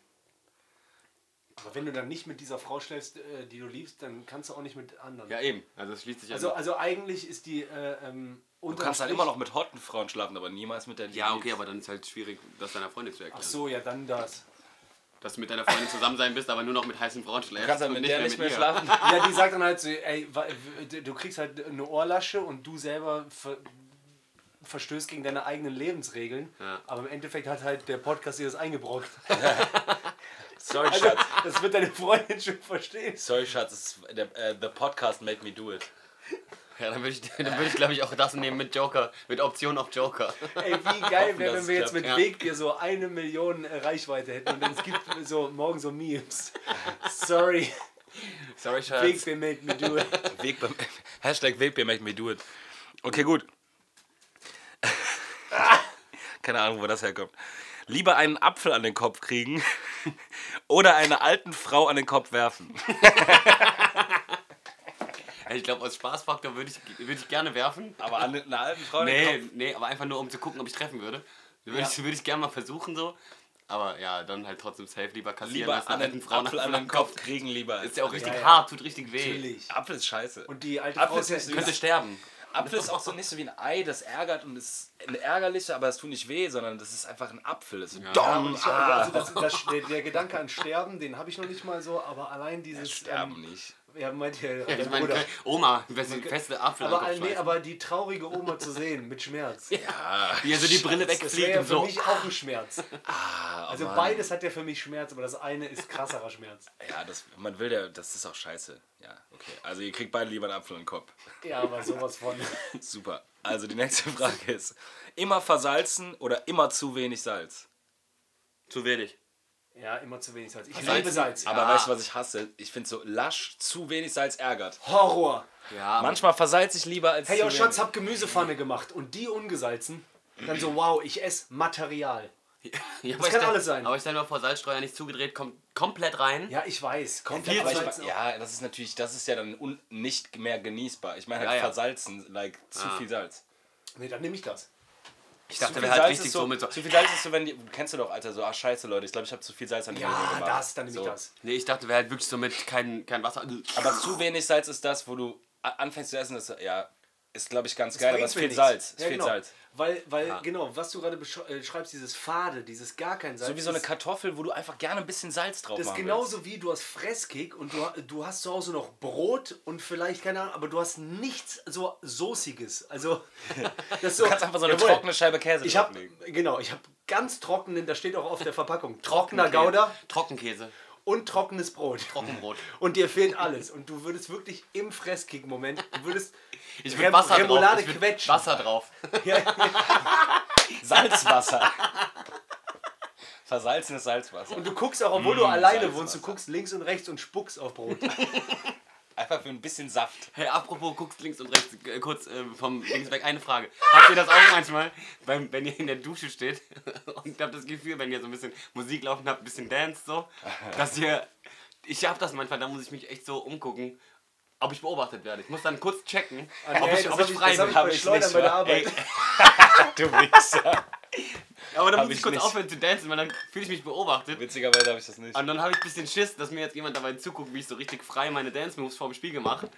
Speaker 2: aber wenn du dann nicht mit dieser Frau schläfst, äh, die du liebst, dann kannst du auch nicht mit anderen.
Speaker 3: ja, eben.
Speaker 4: also es schließt sich
Speaker 2: also,
Speaker 4: an.
Speaker 2: also eigentlich ist die äh, ähm,
Speaker 3: Du kannst halt immer noch mit hotten Frauen schlafen, aber niemals mit der die
Speaker 4: Ja,
Speaker 3: du
Speaker 4: okay,
Speaker 3: liebst.
Speaker 4: aber dann ist halt schwierig, das deiner Freundin zu erklären.
Speaker 2: Ach so, ja, dann das.
Speaker 4: Dass du mit deiner Freundin zusammen sein bist, aber nur noch mit heißen Frauen schläfst.
Speaker 3: Du kannst halt
Speaker 4: und
Speaker 3: mit der nicht mehr
Speaker 4: ihr.
Speaker 3: schlafen.
Speaker 2: Ja, die sagt dann halt so, ey, wa- w- du kriegst halt eine Ohrlasche und du selber ver verstößt gegen deine eigenen Lebensregeln.
Speaker 4: Ja.
Speaker 2: Aber im Endeffekt hat halt der Podcast dir das eingebrockt.
Speaker 3: Sorry,
Speaker 2: Also,
Speaker 3: Schatz.
Speaker 2: das wird deine Freundin schon verstehen.
Speaker 3: Sorry, Schatz. es- der, äh, the podcast made me do it.
Speaker 4: Ja, dann würde ich, dann würde ich glaube ich, auch das nehmen mit Joker. Mit Option auf Joker.
Speaker 2: Ey, wie geil wäre,
Speaker 3: dass
Speaker 2: wenn
Speaker 3: es
Speaker 2: wir jetzt
Speaker 3: klappt,
Speaker 2: mit
Speaker 4: ja.
Speaker 2: Weg dir so eine Million äh, Reichweite hätten und dann es gibt so morgen so Memes. Sorry,
Speaker 4: Sorry,
Speaker 2: Weg,
Speaker 4: Schatz.
Speaker 2: they made me do it.
Speaker 3: Weg beim, Hashtag Wegbier make me do it. Okay, gut. Keine Ahnung, wo das herkommt. Lieber einen Apfel an den Kopf kriegen oder einer alten Frau an den Kopf werfen.
Speaker 4: Also Ich glaube, aus Spaßfaktor würde ich, würde ich gerne werfen.
Speaker 3: Aber an einer alten Frau
Speaker 4: Nee, nee, aber einfach nur um zu gucken, ob ich treffen würde. Würde ich, würde ich gerne mal versuchen so. Aber ja, dann halt trotzdem safe lieber kassieren
Speaker 3: Lieber
Speaker 4: als einer
Speaker 3: an
Speaker 4: alten
Speaker 3: den
Speaker 4: Frau
Speaker 3: Apfel an den Kopf kriegen lieber.
Speaker 4: Ist ja auch richtig
Speaker 2: Ja, ja.
Speaker 4: hart, tut richtig weh.
Speaker 2: Natürlich.
Speaker 3: Apfel ist scheiße.
Speaker 2: Und die alte
Speaker 3: Apfel
Speaker 2: Frau
Speaker 3: ist nicht
Speaker 2: ist
Speaker 3: süß.
Speaker 4: Könnte sterben.
Speaker 3: Apfel ist auch so nicht so wie ein Ei, das ärgert und ist ein ärgerlicher, aber es tut nicht weh, sondern das ist einfach ein Apfel. Das ist ein Dong,
Speaker 2: also
Speaker 3: ah.
Speaker 2: das, das, der, der Gedanke an Sterben, den habe ich noch nicht mal so, aber allein dieses.
Speaker 3: Sterben nicht.
Speaker 2: Ähm, ja, meint ihr,
Speaker 4: Ja,
Speaker 2: der
Speaker 4: ich meine,
Speaker 2: Bruder.
Speaker 4: Oma, wenn sie feste Apfel
Speaker 2: aber,
Speaker 4: an
Speaker 2: all-
Speaker 4: den
Speaker 2: nee,
Speaker 4: Kopf
Speaker 2: aber die traurige Oma zu sehen mit Schmerz,
Speaker 4: schmeißt. Wie er so die Brille
Speaker 2: das
Speaker 4: wegfliegt
Speaker 2: wäre ja
Speaker 4: und
Speaker 2: für
Speaker 4: so.
Speaker 2: mich auch ein Schmerz. Also
Speaker 3: Mann.
Speaker 2: beides hat ja für mich Schmerz, aber das eine ist krasserer Schmerz.
Speaker 3: Ja, das, man will ja, das ist auch scheiße. Ja, okay. Also ihr kriegt beide lieber einen Apfel in den Kopf.
Speaker 2: Ja, aber sowas von.
Speaker 3: Super. Also die nächste Frage ist, immer versalzen oder immer zu wenig Salz?
Speaker 4: Zu wenig.
Speaker 2: Ja, immer zu wenig Salz. Ich
Speaker 4: Salz-
Speaker 2: liebe Salz.
Speaker 3: Aber weißt du, was ich hasse? Ich finde so lasch, zu wenig Salz ärgert.
Speaker 2: Horror.
Speaker 4: Ja, Manchmal.
Speaker 3: Manchmal versalze ich lieber als
Speaker 2: Hey,
Speaker 3: zu
Speaker 2: yo, Schatz,
Speaker 3: wenig.
Speaker 2: hab Gemüsepfanne gemacht und die ungesalzen. Dann so, wow, ich esse Material.
Speaker 4: Ja,
Speaker 2: kann alles sein.
Speaker 4: Aber ich stelle mir vor, Salzstreuer nicht zugedreht, kommt komplett rein.
Speaker 2: Ja, ich weiß. Komplett
Speaker 4: Viel
Speaker 3: Aber
Speaker 4: Salz
Speaker 2: salzen.
Speaker 3: ich, ja, das ist natürlich, das ist ja dann un, nicht mehr genießbar. Ich meine halt
Speaker 4: Ja, ja.
Speaker 3: versalzen, like zu
Speaker 4: Ah.
Speaker 3: viel Salz.
Speaker 2: Nee, dann nehme ich das.
Speaker 4: Ich
Speaker 3: Zu
Speaker 4: dachte,
Speaker 3: viel
Speaker 4: wäre halt
Speaker 3: Salz
Speaker 4: richtig
Speaker 3: ist
Speaker 4: so, mit so.
Speaker 3: Zu viel Salz ist so, wenn die, kennst du doch, Alter, so, ach scheiße, Leute, ich glaube, ich habe zu viel Salz an die Nudeln
Speaker 2: Ja,
Speaker 3: gemacht.
Speaker 2: das, dann nehme ich
Speaker 3: So.
Speaker 2: das.
Speaker 4: Nee, ich dachte, wäre halt wirklich so mit kein, kein Wasser.
Speaker 3: Aber zu wenig Salz ist das, wo du a- anfängst zu essen, das ja, ist glaube ich ganz geil, aber
Speaker 2: bringt
Speaker 3: es
Speaker 2: mir
Speaker 3: fehlt
Speaker 2: nichts.
Speaker 3: Salz. Es
Speaker 2: Ja,
Speaker 3: fehlt
Speaker 2: genau.
Speaker 3: Salz.
Speaker 2: Weil, weil genau, was du gerade besch- äh, schreibst, dieses Fade, dieses gar kein Salz.
Speaker 3: So wie so eine
Speaker 2: ist-
Speaker 3: Kartoffel, wo du einfach gerne ein bisschen Salz drauf
Speaker 2: Das ist
Speaker 3: machen
Speaker 2: genauso wie du hast Fresskick und du, ha- du hast zu Hause noch Brot und vielleicht, keine Ahnung, aber du hast nichts so Soßiges. Also, das so,
Speaker 3: Du kannst einfach so eine
Speaker 2: Jawohl.
Speaker 3: trockene Scheibe Käse
Speaker 2: Ich habe
Speaker 3: drauflegen.
Speaker 2: genau, ich habe ganz trockenen, das steht auch auf der Verpackung, trockener Gouda
Speaker 4: Trockenkäse.
Speaker 2: und trockenes Brot.
Speaker 4: Trockenbrot.
Speaker 2: Und dir fehlt alles und du würdest wirklich im Fresskick Moment, du würdest
Speaker 4: Ich
Speaker 2: Rem-
Speaker 4: will Wasser
Speaker 2: Remoulade
Speaker 4: drauf. Ich würd
Speaker 2: quetschen.
Speaker 4: Wasser drauf.
Speaker 3: Salzwasser. Versalzenes Salzwasser.
Speaker 2: und du guckst auch, obwohl du alleine
Speaker 3: Salzwasser.
Speaker 2: wohnst, du guckst links und rechts und spuckst auf Brot.
Speaker 3: Einfach für ein bisschen Saft.
Speaker 4: Hey, apropos, guckst links und rechts, äh, kurz äh, vom links weg eine Frage. Habt ihr das auch manchmal, beim, wenn ihr in der Dusche steht und habt das Gefühl, wenn ihr so ein bisschen Musik laufen habt, ein bisschen Dance so, dass ihr, ich hab das manchmal, da muss ich mich echt so umgucken, ob ich beobachtet werde. Ich muss dann kurz checken, ob
Speaker 2: nee,
Speaker 4: ich,
Speaker 2: das
Speaker 4: ob
Speaker 2: hab
Speaker 4: ich
Speaker 2: ich-
Speaker 4: frei
Speaker 2: das hab
Speaker 4: bin.
Speaker 2: ich bei
Speaker 4: Hab
Speaker 2: Schleudern
Speaker 4: ich nicht,
Speaker 2: bei der
Speaker 4: wa?
Speaker 2: Arbeit.
Speaker 4: Ey,
Speaker 3: Du Wichser.
Speaker 4: aber dann
Speaker 3: Hab
Speaker 4: muss ich
Speaker 3: ich
Speaker 4: kurz
Speaker 3: nicht.
Speaker 4: aufhören zu dancen, weil dann fühle ich mich beobachtet.
Speaker 3: Witzigerweise habe ich das nicht.
Speaker 4: Und dann habe ich ein bisschen Schiss, dass mir jetzt jemand dabei zuguckt, wie ich so richtig frei meine Dance-Moves vorm Spiegel mache.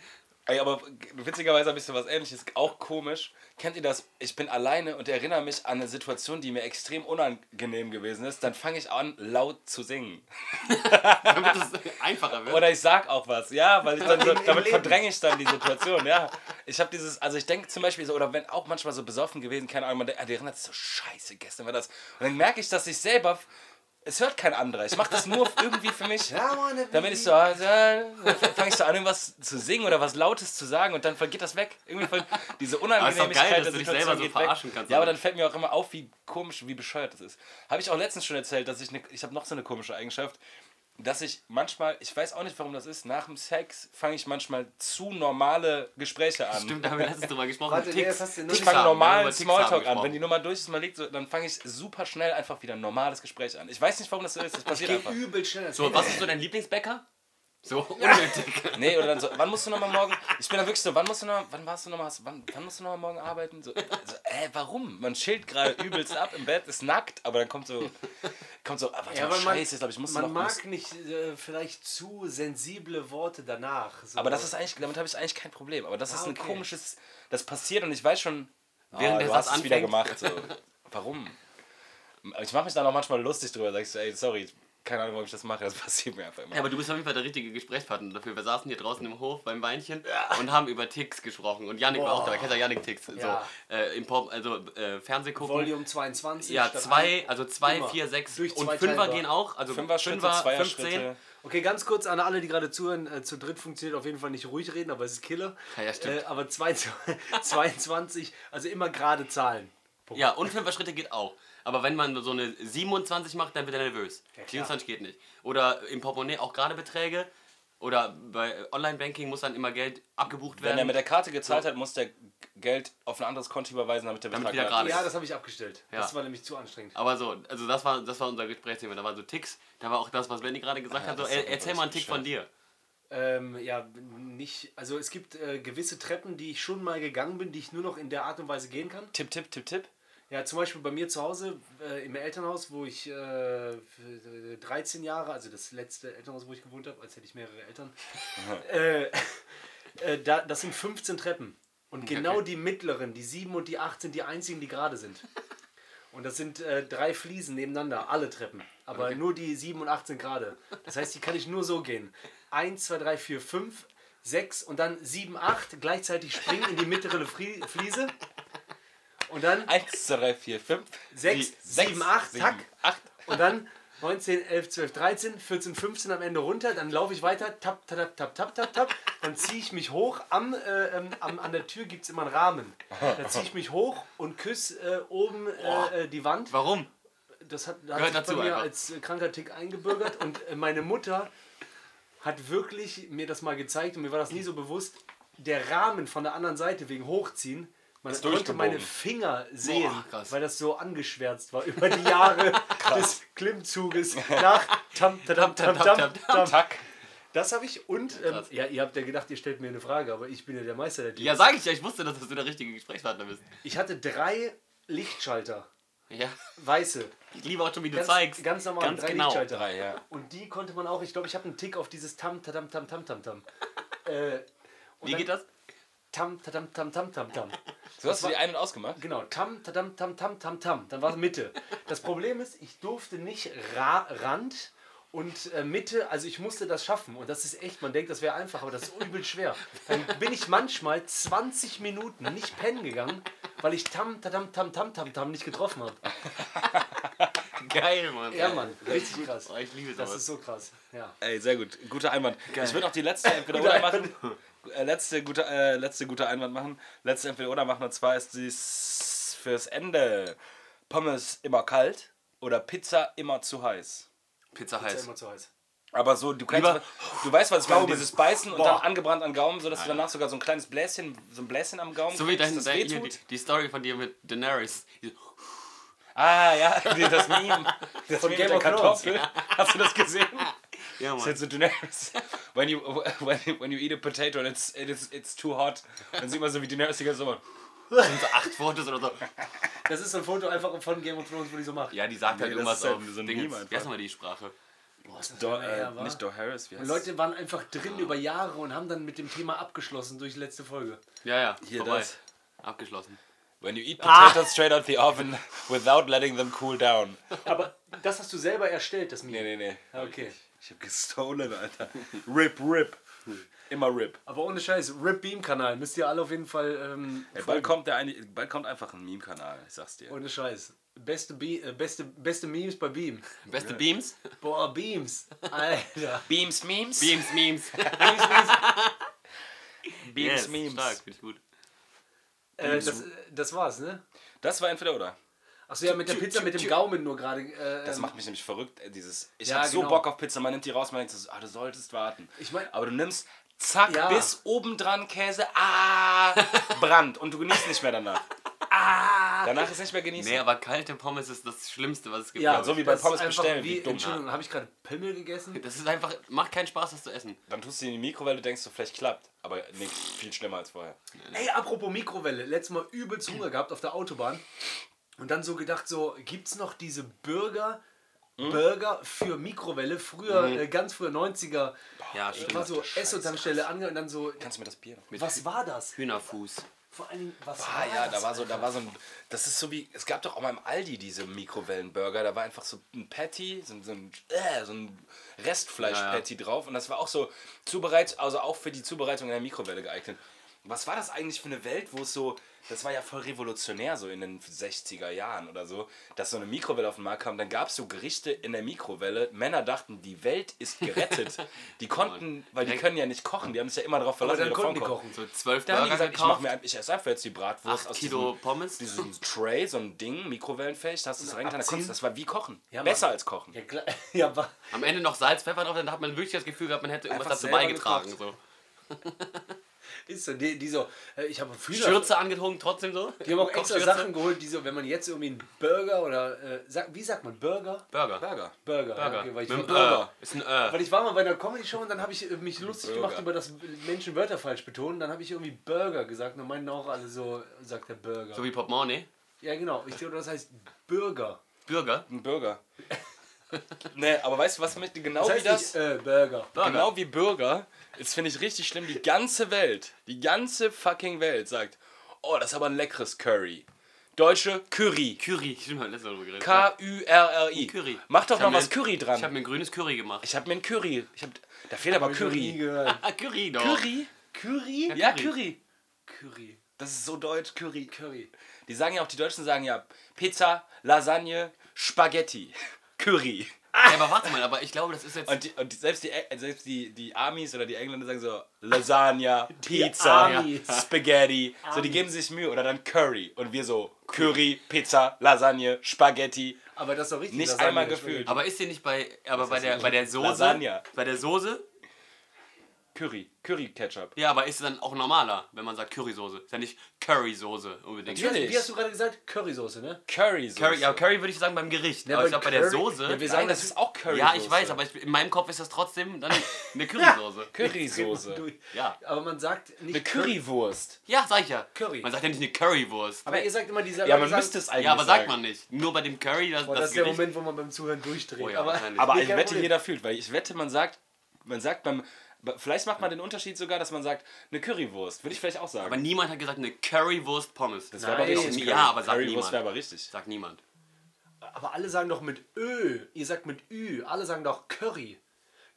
Speaker 3: Ey, aber witzigerweise habe ich so was ähnliches, auch komisch. Kennt ihr das? Ich bin alleine und erinnere mich an eine Situation, die mir extrem unangenehm gewesen ist. Dann fange ich an, laut zu singen.
Speaker 4: Damit es einfacher wird.
Speaker 3: Oder ich sag auch was, ja, weil ich dann so,
Speaker 2: Im- im
Speaker 3: damit
Speaker 2: Leben.
Speaker 3: verdränge ich dann die Situation, ja. Ich habe dieses, also ich denke zum Beispiel so, oder wenn auch manchmal so besoffen gewesen, keine Ahnung, man denkt, ah, die erinnert sich so, scheiße, gestern war das. Und dann merke ich, dass ich selber, es hört kein anderer, ich mache das nur irgendwie für mich.
Speaker 2: Ja, Mann,
Speaker 3: Dann bin ich so, ah, ja, fange ich so an, irgendwas zu singen oder was Lautes zu sagen und dann geht das weg. Irgendwie voll diese Unangenehmigkeit
Speaker 4: geil,
Speaker 3: der
Speaker 4: dass du dich
Speaker 3: Situation
Speaker 4: selber so
Speaker 3: geht weg.
Speaker 4: verarschen kannst,
Speaker 3: Ja, aber
Speaker 4: oder?
Speaker 3: dann fällt mir auch immer auf, wie komisch, wie bescheuert das ist. Habe ich auch letztens schon erzählt, dass ich, ne, ich habe noch so eine komische Eigenschaft, dass ich manchmal, ich weiß auch nicht, warum das ist, nach dem Sex fange ich manchmal zu normale Gespräche an.
Speaker 4: Stimmt, da haben wir letztens drüber gesprochen.
Speaker 2: Warte, nee,
Speaker 4: Ticks.
Speaker 2: das hast du
Speaker 4: Ticks
Speaker 2: nicht.
Speaker 3: Ich
Speaker 2: Ich
Speaker 3: fange
Speaker 4: haben, wir haben
Speaker 3: normalen
Speaker 4: über Ticks haben
Speaker 3: Smalltalk an.
Speaker 4: gesprochen.
Speaker 3: Wenn die Nummer durch ist, mal liegt, so, dann fange ich super schnell einfach wieder ein normales Gespräch an. Ich weiß nicht, warum das so ist. Das passiert
Speaker 2: Geh
Speaker 3: einfach.
Speaker 2: übel schnell.
Speaker 4: So, was ist so dein Lieblingsbäcker? So, unnötig.
Speaker 3: Nee, oder dann so, wann musst du nochmal morgen? Ich bin da wirklich so, wann musst du noch, wann warst du nochmal, wann, wann musst du nochmal morgen arbeiten? So, so, äh, warum? Man chillt gerade übelst ab im Bett, ist nackt, aber dann kommt so, kommt so, ah, warte
Speaker 2: Ja,
Speaker 3: mal,
Speaker 2: aber man,
Speaker 3: scheiße, ich glaube, ich muss noch.
Speaker 2: man mag
Speaker 3: Muss,
Speaker 2: nicht äh, vielleicht zu sensible Worte danach. So.
Speaker 3: aber das ist eigentlich, damit habe ich eigentlich kein Problem. Aber das
Speaker 2: Ah,
Speaker 3: ist ein
Speaker 2: okay.
Speaker 3: komisches, das passiert und ich weiß schon,
Speaker 4: Während
Speaker 3: ah,
Speaker 4: der
Speaker 3: du
Speaker 4: Satz
Speaker 3: hast es wieder gemacht.
Speaker 4: anfängt.
Speaker 3: So. Warum? Aber ich mache mich dann auch manchmal lustig drüber, sag ich so, ey, sorry, keine Ahnung, warum ich das mache, das passiert mir einfach immer.
Speaker 4: Ja, aber du bist auf jeden Fall der richtige Gesprächspartner dafür. Wir saßen hier draußen im Hof beim Weinchen und haben über Ticks gesprochen. Und Yannick war auch dabei. Kennst du Yannick Ticks? So,
Speaker 2: Ja.
Speaker 4: äh, im Pop, also äh, Fernseh gucken.
Speaker 2: Volume 22.
Speaker 4: Ja,
Speaker 2: statt
Speaker 4: zwei, also zwei,
Speaker 2: Immer.
Speaker 4: vier, sechs
Speaker 2: Durch
Speaker 4: und
Speaker 2: zwei
Speaker 4: Fünfer
Speaker 2: teilbar.
Speaker 4: gehen auch. Also
Speaker 3: Fünfer, Schritte, Zweier,
Speaker 4: 15.
Speaker 3: Schritte.
Speaker 2: Okay, ganz kurz an alle, die gerade zuhören. Äh, zu dritt funktioniert auf jeden Fall nicht ruhig reden, aber es ist Killer.
Speaker 4: Ja, ja, stimmt.
Speaker 2: Äh, aber 22, 22, also immer gerade Zahlen.
Speaker 3: Oh.
Speaker 2: Punkt.
Speaker 4: Ja, und Fünfer Schritte geht auch. Aber wenn man so eine 27 macht, dann wird er nervös. 24 geht nicht. Oder im Portemonnaie auch gerade Beträge. Oder bei Online-Banking muss dann immer Geld abgebucht
Speaker 3: Wenn er
Speaker 4: werden.
Speaker 3: mit der Karte gezahlt hat, muss der Geld auf ein anderes Konto überweisen, damit der
Speaker 4: Damit
Speaker 3: Betrag
Speaker 4: wieder
Speaker 3: gerade
Speaker 4: gerade
Speaker 2: Ja, das habe ich abgestellt.
Speaker 4: Ja.
Speaker 2: Das war nämlich zu anstrengend.
Speaker 4: Aber so, also das war, das war unser Gesprächsthema. Da waren so Ticks. Da war auch das, was Benny gerade gesagt hat.
Speaker 3: Ah,
Speaker 4: So,
Speaker 3: das ist
Speaker 4: er,
Speaker 3: doch
Speaker 4: erzähl mal einen Tick
Speaker 3: bescheuert.
Speaker 4: von dir.
Speaker 2: Ähm, ja, nicht. Also es gibt äh, gewisse Treppen, die ich schon mal gegangen bin, die ich nur noch in der Art und Weise gehen kann.
Speaker 3: Tipp, tipp, tipp, tipp.
Speaker 2: Ja, zum Beispiel bei mir zu Hause äh, im Elternhaus, wo ich äh, für 13 Jahre, also das letzte Elternhaus, wo ich gewohnt habe, als hätte ich mehrere Eltern, äh, äh, da, das sind 15 Treppen. Und genau die mittleren, die 7 und die 8, sind die einzigen, die gerade sind. Und das sind äh, drei Fliesen nebeneinander, alle Treppen. Aber nur die 7 und 8 sind gerade. Das heißt, die kann ich nur so gehen. 1, 2, 3, 4, 5, 6 und dann 7, 8 gleichzeitig springen in die mittlere Fri Fliese. Und dann
Speaker 3: 1, 2, 3, 4, 5,
Speaker 2: 6, 7, 8, tack.
Speaker 3: 8.
Speaker 2: Und dann 19, 11, 12, 13, 14, 15 am Ende runter. Dann laufe ich weiter, tap, tap, tap, tap, tap, tap. Dann ziehe ich mich hoch. Am, äh, ähm, am, an der Tür gibt es immer einen Rahmen. Da ziehe ich mich hoch und küsse äh, oben äh, äh, die Wand.
Speaker 4: Warum?
Speaker 2: Das hat, hat
Speaker 4: Gehört
Speaker 2: sich
Speaker 4: dazu
Speaker 2: bei mir
Speaker 4: einfach.
Speaker 2: als äh, kranker Tick eingebürgert. Und äh, meine Mutter hat wirklich mir das mal gezeigt und mir war das nie so bewusst. Der Rahmen von der anderen Seite wegen Hochziehen, man konnte
Speaker 3: durchgebogen.
Speaker 2: meine Finger sehen,
Speaker 4: Boah, krass.
Speaker 2: weil das so angeschwärzt war über die Jahre des Klimmzuges nach tam, tam, tam, tam, tam, tam,
Speaker 3: Tack.
Speaker 2: Das habe ich und, ähm, ja, ihr habt ja gedacht, ihr stellt mir eine Frage, aber ich bin ja der Meister der Dinge.
Speaker 4: Ja, sag ich ja. Ich wusste, dass du der richtige Gesprächspartner bist.
Speaker 2: Ich hatte drei Lichtschalter,
Speaker 4: Ja.
Speaker 2: weiße,
Speaker 4: Ich liebe auch schon, wie du
Speaker 2: ganz,
Speaker 4: zeigst.
Speaker 2: ganz normal,
Speaker 4: Ganz
Speaker 2: drei
Speaker 4: genau.
Speaker 2: Lichtschalter.
Speaker 3: Drei, ja.
Speaker 2: Und die konnte man auch, ich glaube, ich habe einen Tick auf dieses Tam, Tam, Tam, Tam, Tam, Tam. äh, und
Speaker 4: Wie geht das?
Speaker 2: Tam, Tam, Tam, Tam, Tam, Tam.
Speaker 3: So hast du die ein- und ausgemacht?
Speaker 2: Genau, Tam, Tam, Tam, Tam, Tam, Tam. Dann war Mitte. Das Problem ist, ich durfte nicht Ra Rand und äh, Mitte, also ich musste das schaffen. Und das ist echt, man denkt, das wäre einfach, aber das ist übel schwer. Dann bin ich manchmal 20 Minuten nicht pennen gegangen, weil ich Tam, Tam, Tam, Tam, Tam, Tam nicht getroffen habe.
Speaker 4: Geil, Mann.
Speaker 2: Ja, Mann, richtig krass.
Speaker 4: Oh, ich liebe
Speaker 2: Das
Speaker 4: sowas.
Speaker 2: ist so krass, ja.
Speaker 3: Ey, sehr gut. Guter Einwand. Ich würde auch die letzte Entweder-Oder machen. Äh, letzte, gute, äh, letzte gute Einwand machen. Letzte Entweder-Oder machen. Und zwar ist dies fürs Ende. Pommes immer kalt oder Pizza immer zu heiß.
Speaker 4: Pizza
Speaker 2: Ist ja
Speaker 4: heiß.
Speaker 2: immer zu heiß.
Speaker 3: Aber so, du kannst,
Speaker 4: Lieber-
Speaker 3: du weißt, was ich meine,
Speaker 4: Gaumen.
Speaker 3: dieses Beißen und
Speaker 4: Boah.
Speaker 3: dann angebrannt an Gaumen, sodass du danach sogar so ein kleines Bläschen, so ein Bläschen am Gaumen
Speaker 4: So wie
Speaker 3: kriegst,
Speaker 4: dein,
Speaker 3: das
Speaker 4: dein, hier,
Speaker 3: wehtut.
Speaker 4: die, die Story von dir mit Daenerys.
Speaker 3: Ah, ja, die- das Meme. Das Meme
Speaker 2: Game
Speaker 3: mit der
Speaker 2: of Thrones.
Speaker 3: Kartoffel. Hast du das gesehen?
Speaker 4: Ja,
Speaker 3: Das ist jetzt so Daenerys. When you, when you, when you eat a potato and it's, it is, it's too hot. Dann sieht man so, wie Daenerys die ganze Zeit so
Speaker 4: so acht Fotos oder so.
Speaker 2: Das ist so ein Foto einfach von Game of Thrones, wo die so macht.
Speaker 4: Ja, die sagt halt
Speaker 3: Nee, das
Speaker 4: irgendwas
Speaker 3: ist halt
Speaker 4: auf
Speaker 3: so ein
Speaker 4: Dingens.
Speaker 3: Meme einfach.
Speaker 4: Wie heißt nochmal die Sprache?
Speaker 2: Boah, ist das
Speaker 3: Do,
Speaker 2: lange her,
Speaker 3: äh,
Speaker 2: wa?
Speaker 3: nicht Doe Harris, wie heißt
Speaker 2: Und Leute waren einfach drin über Jahre und haben dann mit dem Thema abgeschlossen durch die letzte Folge.
Speaker 4: Ja, ja.
Speaker 3: Hier
Speaker 4: vorbei.
Speaker 3: das.
Speaker 4: Abgeschlossen.
Speaker 3: When you eat
Speaker 2: Ah.
Speaker 3: potatoes straight out the oven without letting them cool down.
Speaker 2: Aber das hast du selber erstellt, das
Speaker 3: Nee,
Speaker 2: Meme.
Speaker 3: nee, nee.
Speaker 2: Okay.
Speaker 3: Ich hab gestohlen, Alter. Rip, rip. Immer rip.
Speaker 2: Aber ohne Scheiß, Rip Beam Kanal müsst ihr alle auf jeden Fall. Ähm,
Speaker 3: Ey, bald,
Speaker 2: folgen.
Speaker 3: kommt der eine, bald kommt einfach ein Meme-Kanal, ich sag's dir.
Speaker 2: Ohne Scheiß. Beste, Be äh, beste, beste Memes bei Beam.
Speaker 4: Beste Beams?
Speaker 2: Boah, Beams. Alter.
Speaker 3: Beams, Memes?
Speaker 4: Beams, Memes.
Speaker 3: Beams,
Speaker 4: yes,
Speaker 3: Memes.
Speaker 4: Stark, finde ich gut.
Speaker 2: Äh, das, äh, das war's, ne?
Speaker 3: Das war entweder oder.
Speaker 2: Achso, ja, mit der Pizza, mit dem Gaumen nur gerade. Äh,
Speaker 3: Das
Speaker 2: ähm,
Speaker 3: macht mich nämlich verrückt, äh, dieses. Ich
Speaker 2: Ja,
Speaker 3: hab so
Speaker 2: genau.
Speaker 3: Bock auf Pizza, man nimmt die raus, man denkt so, ah, du solltest warten.
Speaker 2: Ich mein-
Speaker 3: Aber du nimmst zack
Speaker 2: Ja.
Speaker 3: bis oben dran Käse, ah, Brand und du genießt nicht mehr danach. ah. Danach ist nicht mehr genießen.
Speaker 4: Nee, aber kalte Pommes ist das Schlimmste, was es gibt.
Speaker 2: ja,
Speaker 4: glaub ich.
Speaker 3: so wie bei
Speaker 2: das ist
Speaker 3: Pommes
Speaker 2: einfach
Speaker 3: bestellen, wie dumm.
Speaker 2: Entschuldigung, habe ich gerade Pimmel gegessen?
Speaker 4: Das ist einfach, macht keinen Spaß, das zu essen.
Speaker 3: Dann tust du die in die Mikrowelle, denkst du, vielleicht klappt. Aber nee, viel schlimmer als vorher.
Speaker 2: Ey, apropos Mikrowelle. Letztes Mal übelst Hunger gehabt auf der Autobahn. Und dann so gedacht, so, gibt's noch diese Burger, Burger für Mikrowelle? Früher, äh, ganz früher 90er,
Speaker 4: Ja, stimmt.
Speaker 2: war so Esso-Tankstelle ange und dann so,
Speaker 3: Kannst du mir das Bier noch mit?
Speaker 2: was war das?
Speaker 4: Hühnerfuß.
Speaker 2: Vor allen Dingen, was
Speaker 3: Ah
Speaker 2: war
Speaker 3: ja,
Speaker 2: das?
Speaker 3: da war so, da war so ein. Das ist so wie. Es gab doch auch mal im Aldi diese Mikrowellenburger, da war einfach so ein Patty, so, ein- so ein, äh, so ein Restfleisch-Patty drauf und das war auch so zubereit, also auch für die Zubereitung in der Mikrowelle geeignet. Was war das eigentlich für eine Welt, wo es so. Das war ja voll revolutionär, so in den 60er Jahren oder so, dass so eine Mikrowelle auf den Markt kam. Dann gab es so Gerichte in der Mikrowelle. Männer dachten, die Welt ist gerettet. Die konnten, weil die können ja nicht kochen, die haben sich ja immer darauf verlassen,
Speaker 2: dann
Speaker 3: ihre
Speaker 2: konnten die
Speaker 3: Frau kocht.
Speaker 2: kochen.
Speaker 4: So zwölf
Speaker 3: Da haben
Speaker 4: Burger
Speaker 3: die gesagt, ich, mach
Speaker 4: gekauft,
Speaker 3: mir, ein- ich esse einfach jetzt die Bratwurst
Speaker 4: acht
Speaker 3: aus
Speaker 4: Kilo
Speaker 3: diesem,
Speaker 4: Pommes.
Speaker 3: diesem Tray, so ein Ding, mikrowellenfähig, da hast du es reingetan, da konntest, das war wie kochen.
Speaker 2: Ja, Mann.
Speaker 3: Besser als kochen.
Speaker 2: Ja, klar. Ja, war,
Speaker 4: Am Ende noch Salz, Pfeffer drauf, dann hat man wirklich das Gefühl gehabt, man hätte irgendwas
Speaker 3: Einfach
Speaker 4: dazu
Speaker 3: selber
Speaker 4: beigetragen. So.
Speaker 2: ist so. Die, die so, äh, ich habe früher.
Speaker 4: Schürze angezogen, trotzdem so.
Speaker 2: Die haben auch extra
Speaker 4: Kochschürze.
Speaker 2: Sachen geholt, die so, wenn man jetzt irgendwie einen Burger oder, äh, sag, wie sagt man, Burger?
Speaker 4: Burger.
Speaker 3: Burger.
Speaker 2: Burger.
Speaker 4: Burger.
Speaker 2: Ja, okay, weil, ich
Speaker 4: Mit
Speaker 2: war,
Speaker 4: einem Burger. Ist ein Äh.
Speaker 2: weil ich war mal bei einer Comedy-Show und dann habe ich äh, mich lustig
Speaker 3: Burger.
Speaker 2: gemacht über das Menschen Wörter falsch betonen. Dann habe ich irgendwie Burger gesagt und meinten auch alle so, sagt der Burger.
Speaker 4: So wie Portemonnaie.
Speaker 2: ja, genau. Ich glaube, das heißt Burger.
Speaker 4: Burger.
Speaker 3: Ein Burger. nee, aber weißt du, was mich genau
Speaker 2: Das
Speaker 3: wie
Speaker 2: heißt
Speaker 3: das?
Speaker 2: nicht, äh, Burger.
Speaker 4: Burger.
Speaker 3: Genau wie Burger, das finde ich richtig schlimm, die ganze Welt, die ganze fucking Welt sagt, oh, das ist aber ein leckeres Curry. Deutsche Curry.
Speaker 4: Curry. Stimmt, haben wir letztes Mal drüber geredet. ne?
Speaker 3: K-U-R-R-I.
Speaker 4: Curry.
Speaker 3: Mach doch
Speaker 4: Ich hab
Speaker 3: mal was
Speaker 4: mir-
Speaker 3: Curry
Speaker 4: Ich habe
Speaker 3: dran.
Speaker 4: mir ein grünes Curry gemacht.
Speaker 3: Ich habe mir ein Curry. Ich hab, da fehlt aber
Speaker 2: Hab ich noch nie
Speaker 3: Curry.
Speaker 2: gehört.
Speaker 4: Ah, Curry doch.
Speaker 3: Curry?
Speaker 2: Curry?
Speaker 3: Ja,
Speaker 4: Curry.
Speaker 3: Curry.
Speaker 2: Curry.
Speaker 3: Das ist so deutsch, Curry.
Speaker 2: Curry.
Speaker 3: Die sagen ja auch, die Deutschen sagen ja Pizza, Lasagne, Spaghetti, Curry.
Speaker 4: Ja, aber warte mal, aber ich glaube, das ist jetzt.
Speaker 3: Und, die, und die, selbst, die, äh, selbst die, die Amis oder die Engländer sagen so Lasagne, Pizza,
Speaker 2: Amis.
Speaker 3: Spaghetti. So, die geben sich Mühe. Oder dann Curry. Und wir so Curry, Pizza, Lasagne, Spaghetti.
Speaker 2: Aber das ist doch richtig.
Speaker 3: Nicht
Speaker 2: Lasagne,
Speaker 3: einmal
Speaker 2: Entschuldigung.
Speaker 3: gefühlt.
Speaker 4: aber ist dir nicht bei. Aber bei der, bei der Soße.
Speaker 3: Lasagne.
Speaker 4: Bei der Soße.
Speaker 3: Curry, Curry-Ketchup.
Speaker 4: Ja, aber ist dann auch normaler, wenn man sagt Currysoße. Ist ja nicht Currysoße unbedingt.
Speaker 2: Wie hast,
Speaker 3: Natürlich.
Speaker 2: wie hast du gerade gesagt? Currysoße, ne?
Speaker 3: Curry,
Speaker 4: Curry, ja, Curry würde ich sagen beim Gericht. aber
Speaker 2: aber
Speaker 4: ich glaube bei der
Speaker 2: Curry-
Speaker 4: Soße.
Speaker 2: Ja, wir
Speaker 3: Nein, das ist auch Curry.
Speaker 4: Ja, ich weiß, aber ich, in meinem Kopf ist das trotzdem dann eine Currysoße.
Speaker 3: Currysoße.
Speaker 2: Du-
Speaker 4: Ja.
Speaker 2: Aber man sagt nicht
Speaker 3: Eine Currywurst.
Speaker 4: Ja, sag ich ja.
Speaker 2: Curry.
Speaker 4: Man sagt ja nicht eine Currywurst.
Speaker 2: Aber ihr sagt immer diese. aber
Speaker 3: Ja, man
Speaker 2: ihr sagt-
Speaker 3: müsste es eigentlich
Speaker 4: ja, aber
Speaker 3: sagen.
Speaker 4: sagt man nicht. Nur bei dem Curry, das,
Speaker 2: Boah, das,
Speaker 4: das,
Speaker 2: ist der
Speaker 4: Gericht.
Speaker 2: Moment, wo man beim Zuhören durchdreht.
Speaker 4: Oh ja,
Speaker 2: aber
Speaker 4: wahrscheinlich.
Speaker 3: Aber
Speaker 2: Nee,
Speaker 3: ich
Speaker 2: kein
Speaker 3: wette,
Speaker 2: Problem.
Speaker 3: jeder fühlt, weil ich wette, man sagt, man sagt beim, be- vielleicht macht man den Unterschied sogar, dass man sagt, eine Currywurst, würde ich vielleicht auch sagen.
Speaker 4: aber niemand hat gesagt eine Currywurst Pommes. Das
Speaker 3: wäre aber
Speaker 2: Nein.
Speaker 3: richtig.
Speaker 4: Ja,
Speaker 3: Curry.
Speaker 4: aber sagt
Speaker 3: Currywurst
Speaker 4: niemand.
Speaker 3: wäre aber richtig.
Speaker 4: sagt niemand.
Speaker 2: aber alle sagen doch mit Ö. Ihr sagt mit Ü. Alle sagen doch Curry.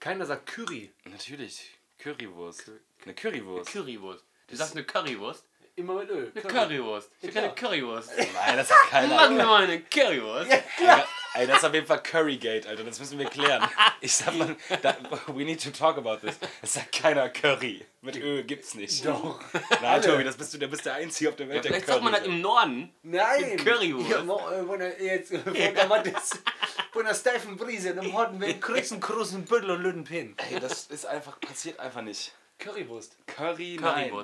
Speaker 2: Keiner sagt Curry.
Speaker 3: Natürlich, Currywurst. Eine Currywurst.
Speaker 4: Currywurst. Du sagst eine Currywurst?
Speaker 2: Immer mit Ö.
Speaker 4: Eine Currywurst. Ich will
Speaker 2: Ja,
Speaker 4: keine Currywurst.
Speaker 3: Nein, das hat
Speaker 4: Machen wir
Speaker 3: keiner.
Speaker 4: mal eine Currywurst.
Speaker 3: Alter, Ey, das ist auf jeden Fall Currygate, Alter. Das müssen wir klären. Ich sag mal, da, we need to talk about this. Es sagt keiner Curry. Mit Ö gibt's nicht.
Speaker 2: Doch.
Speaker 3: Nein, Tobi, das bist du, da bist der Einzige auf der Welt, der
Speaker 4: Vielleicht
Speaker 3: Curry
Speaker 4: sagt man halt das im Norden.
Speaker 2: Nein.
Speaker 4: Currywurst.
Speaker 2: Ja, mo- äh, von der, jetzt, äh, von der, Mattes- von der steifen Brise und im Horden werden Krützen, Krusen, Büttel und Lüdenpin.
Speaker 3: Ey, das ist einfach, passiert einfach nicht.
Speaker 2: Currywurst.
Speaker 3: Curry,
Speaker 4: Currywurst.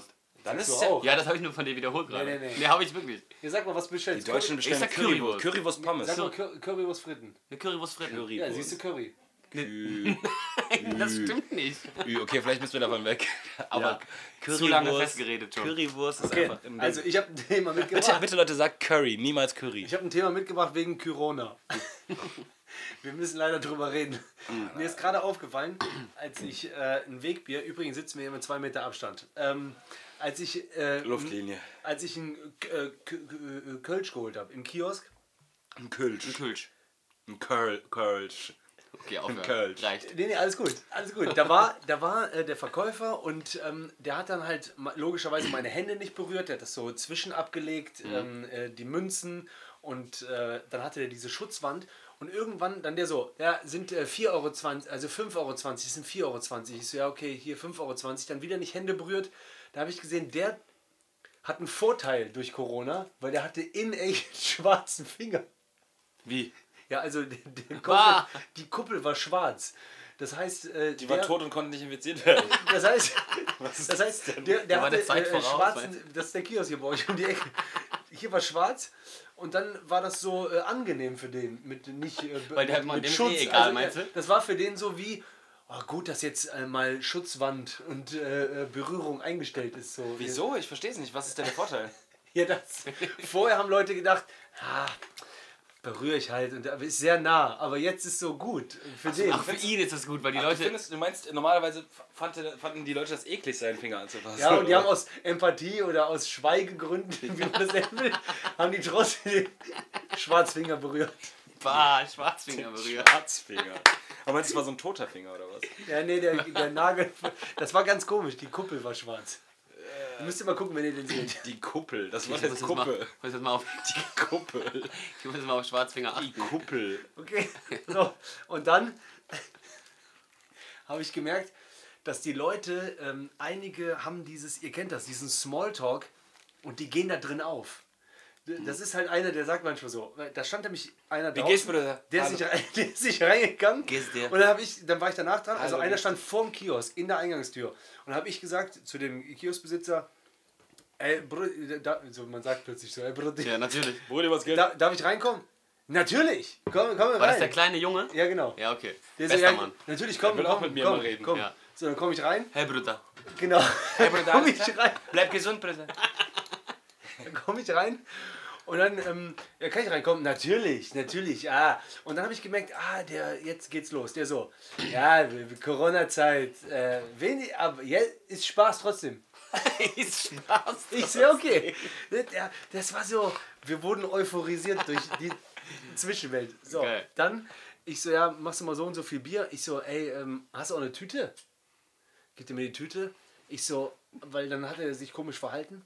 Speaker 3: nein. Dann ist
Speaker 2: du
Speaker 3: es ja,
Speaker 2: auch.
Speaker 4: Ja, das habe ich nur von dir wiederholt gerade.
Speaker 2: Nee, nee, nee.
Speaker 4: nee habe ich wirklich.
Speaker 2: Ihr sagt mal, was bestellst
Speaker 3: Die
Speaker 2: Curry-
Speaker 3: Deutschen bestellen
Speaker 4: sag
Speaker 3: Currywurst.
Speaker 4: Currywurst.
Speaker 3: Currywurst Pommes.
Speaker 2: Sag mal Cur- Currywurst Fritten.
Speaker 4: Eine Currywurst fritten.
Speaker 2: Ja, siehst du Curry. Hm.
Speaker 4: Das stimmt nicht.
Speaker 3: Ü, Okay, vielleicht müssen wir davon weg. Aber Currywurst,
Speaker 4: Zu lange festgeredet schon.
Speaker 3: Currywurst ist einfach im
Speaker 2: Also
Speaker 3: also,
Speaker 2: ich habe ein Thema
Speaker 3: bitte,
Speaker 2: mitgebracht.
Speaker 3: bitte Leute, sagt Curry, niemals Curry.
Speaker 2: Ich habe ein Thema mitgebracht wegen Corona. Wir müssen leider drüber reden. Mir ist gerade aufgefallen, als ich äh, ein Wegbier, übrigens sitzen wir hier mit zwei Meter Abstand, ähm, als ich äh,
Speaker 3: Luftlinie.
Speaker 2: als ich ein äh, K- K- Kölsch geholt habe im Kiosk,
Speaker 3: Ein Kölsch.
Speaker 4: Kölsch.
Speaker 3: Ein Köl Kölsch.
Speaker 4: Okay, aufhören.
Speaker 3: Kölsch.
Speaker 4: Reicht.
Speaker 2: Nee, nee, alles gut, alles gut. Da war, da war äh, der Verkäufer und ähm, der hat dann halt ma- logischerweise meine Hände nicht berührt. Der hat das so zwischen abgelegt, ähm, äh, die Münzen und äh, dann hatte er diese Schutzwand. Und irgendwann dann der so, ja, sind äh, 4,20 Euro, also 5,20 Euro, das sind 4,20 Euro. Ich so, ja, okay, hier 5,20 Euro, dann wieder nicht Hände berührt. Da habe ich gesehen, der hat einen Vorteil durch Corona, weil der hatte in echt schwarzen Finger.
Speaker 4: Wie?
Speaker 2: Ja, also die, die, Kuppel,
Speaker 4: Ah.
Speaker 2: die Kuppel war schwarz. Das heißt, äh,
Speaker 3: Die war tot und konnte nicht infiziert werden.
Speaker 2: Das heißt, das heißt der, der,
Speaker 4: war
Speaker 2: hatte,
Speaker 4: der Zeit
Speaker 2: äh,
Speaker 4: voraus,
Speaker 2: schwarzen, das ist der Kiosk hier bei euch um die Ecke. Hier war schwarz und dann war das so äh, angenehm für den mit nicht äh,
Speaker 4: Weil der-
Speaker 2: mit,
Speaker 4: man-
Speaker 2: mit
Speaker 4: dem ist eh
Speaker 2: Schutz.
Speaker 4: egal,
Speaker 2: äh,
Speaker 4: meinst du?
Speaker 2: Das war für den so wie oh, gut, dass jetzt äh, mal Schutzwand und äh, äh, Berührung eingestellt ist so.
Speaker 3: Wieso? Ich verstehe es nicht. Was ist denn der Vorteil?
Speaker 2: Ja, das. Vorher haben Leute gedacht, ah, berühre ich halt und aber ist sehr nah, aber jetzt ist so gut für den.
Speaker 4: Ach, für ihn ist das gut, weil die
Speaker 3: Ach,
Speaker 4: Leute.
Speaker 3: du, findest, du meinst, normalerweise fanden, fanden die Leute das eklig, seinen Finger anzufassen.
Speaker 2: Ja, und die haben aus Empathie oder aus Schweigegründen, wie man das nennen will, haben die trotzdem den Schwarzfinger berührt.
Speaker 4: Bah, Schwarzfinger berührt.
Speaker 3: Schwarzfinger. Aber meinst du, es war so ein toter Finger oder was?
Speaker 2: Ja, nee, der, der Nagel, das war ganz komisch, die Kuppel war schwarz. Müsst ihr mal gucken, wenn ihr den seht.
Speaker 3: Die Kuppel. Das Wort
Speaker 4: Ich muss
Speaker 3: heißt
Speaker 4: jetzt mal,
Speaker 3: Kuppel.
Speaker 4: muss jetzt mal auf,
Speaker 3: Die Kuppel.
Speaker 4: ich muss jetzt mal auf Schwarzfinger
Speaker 3: Die
Speaker 4: achten.
Speaker 3: Kuppel.
Speaker 2: Okay, so. Und dann habe ich gemerkt, dass die Leute, ähm, einige haben dieses, ihr kennt das, diesen Smalltalk und die gehen da drin auf. Das ist halt einer, der sagt manchmal so, da stand nämlich einer
Speaker 3: Wie
Speaker 2: draußen.
Speaker 3: geht's, Bruder?
Speaker 2: Der ist,
Speaker 3: Hallo.
Speaker 2: sich, rein- der ist sich reingegangen.
Speaker 4: Geht's dir?
Speaker 2: Und dann, hab ich, dann war ich danach dran. Also
Speaker 3: Hallo,
Speaker 2: einer
Speaker 3: geht's
Speaker 2: stand vorm Kiosk in der Eingangstür. Und dann habe ich gesagt zu dem Kioskbesitzer, ey, Bruder, da, so, man sagt plötzlich so, ey, Bruder,
Speaker 4: Ja, natürlich.
Speaker 3: Bruder, was geht?
Speaker 2: da, darf ich reinkommen? Natürlich, komm, komm rein.
Speaker 4: War das der kleine Junge?
Speaker 2: ja, genau.
Speaker 4: Ja, okay.
Speaker 2: Der
Speaker 4: Bester
Speaker 2: so, ja,
Speaker 4: Mann.
Speaker 2: Natürlich, komm,
Speaker 3: will
Speaker 2: komm,
Speaker 3: auch mit mir
Speaker 2: komm,
Speaker 3: mal reden,
Speaker 2: Komm.
Speaker 4: ja.
Speaker 2: So, dann komme ich rein.
Speaker 4: Hey, Bruder.
Speaker 2: Genau.
Speaker 3: Bruder,
Speaker 2: komm
Speaker 3: alles
Speaker 2: ich rein.
Speaker 3: Bleib gesund, Bruder.
Speaker 2: Dann komme ich rein und dann ähm, ja, kann ich reinkommen. Natürlich, natürlich. Ah. Und dann habe ich gemerkt, ah, der, jetzt geht's los. Der so, ja, Corona-Zeit, äh, wenig, aber jetzt ist Spaß trotzdem.
Speaker 4: ist Spaß.
Speaker 2: Ich sehe, okay. Ne, Der, das war so, wir wurden euphorisiert durch die Zwischenwelt. So,
Speaker 4: Geil.
Speaker 2: dann, ich so, ja, machst du mal so und so viel Bier? Ich so, ey, ähm, hast du auch eine Tüte? Gibt er mir die Tüte? Ich so, weil dann hat er sich komisch verhalten.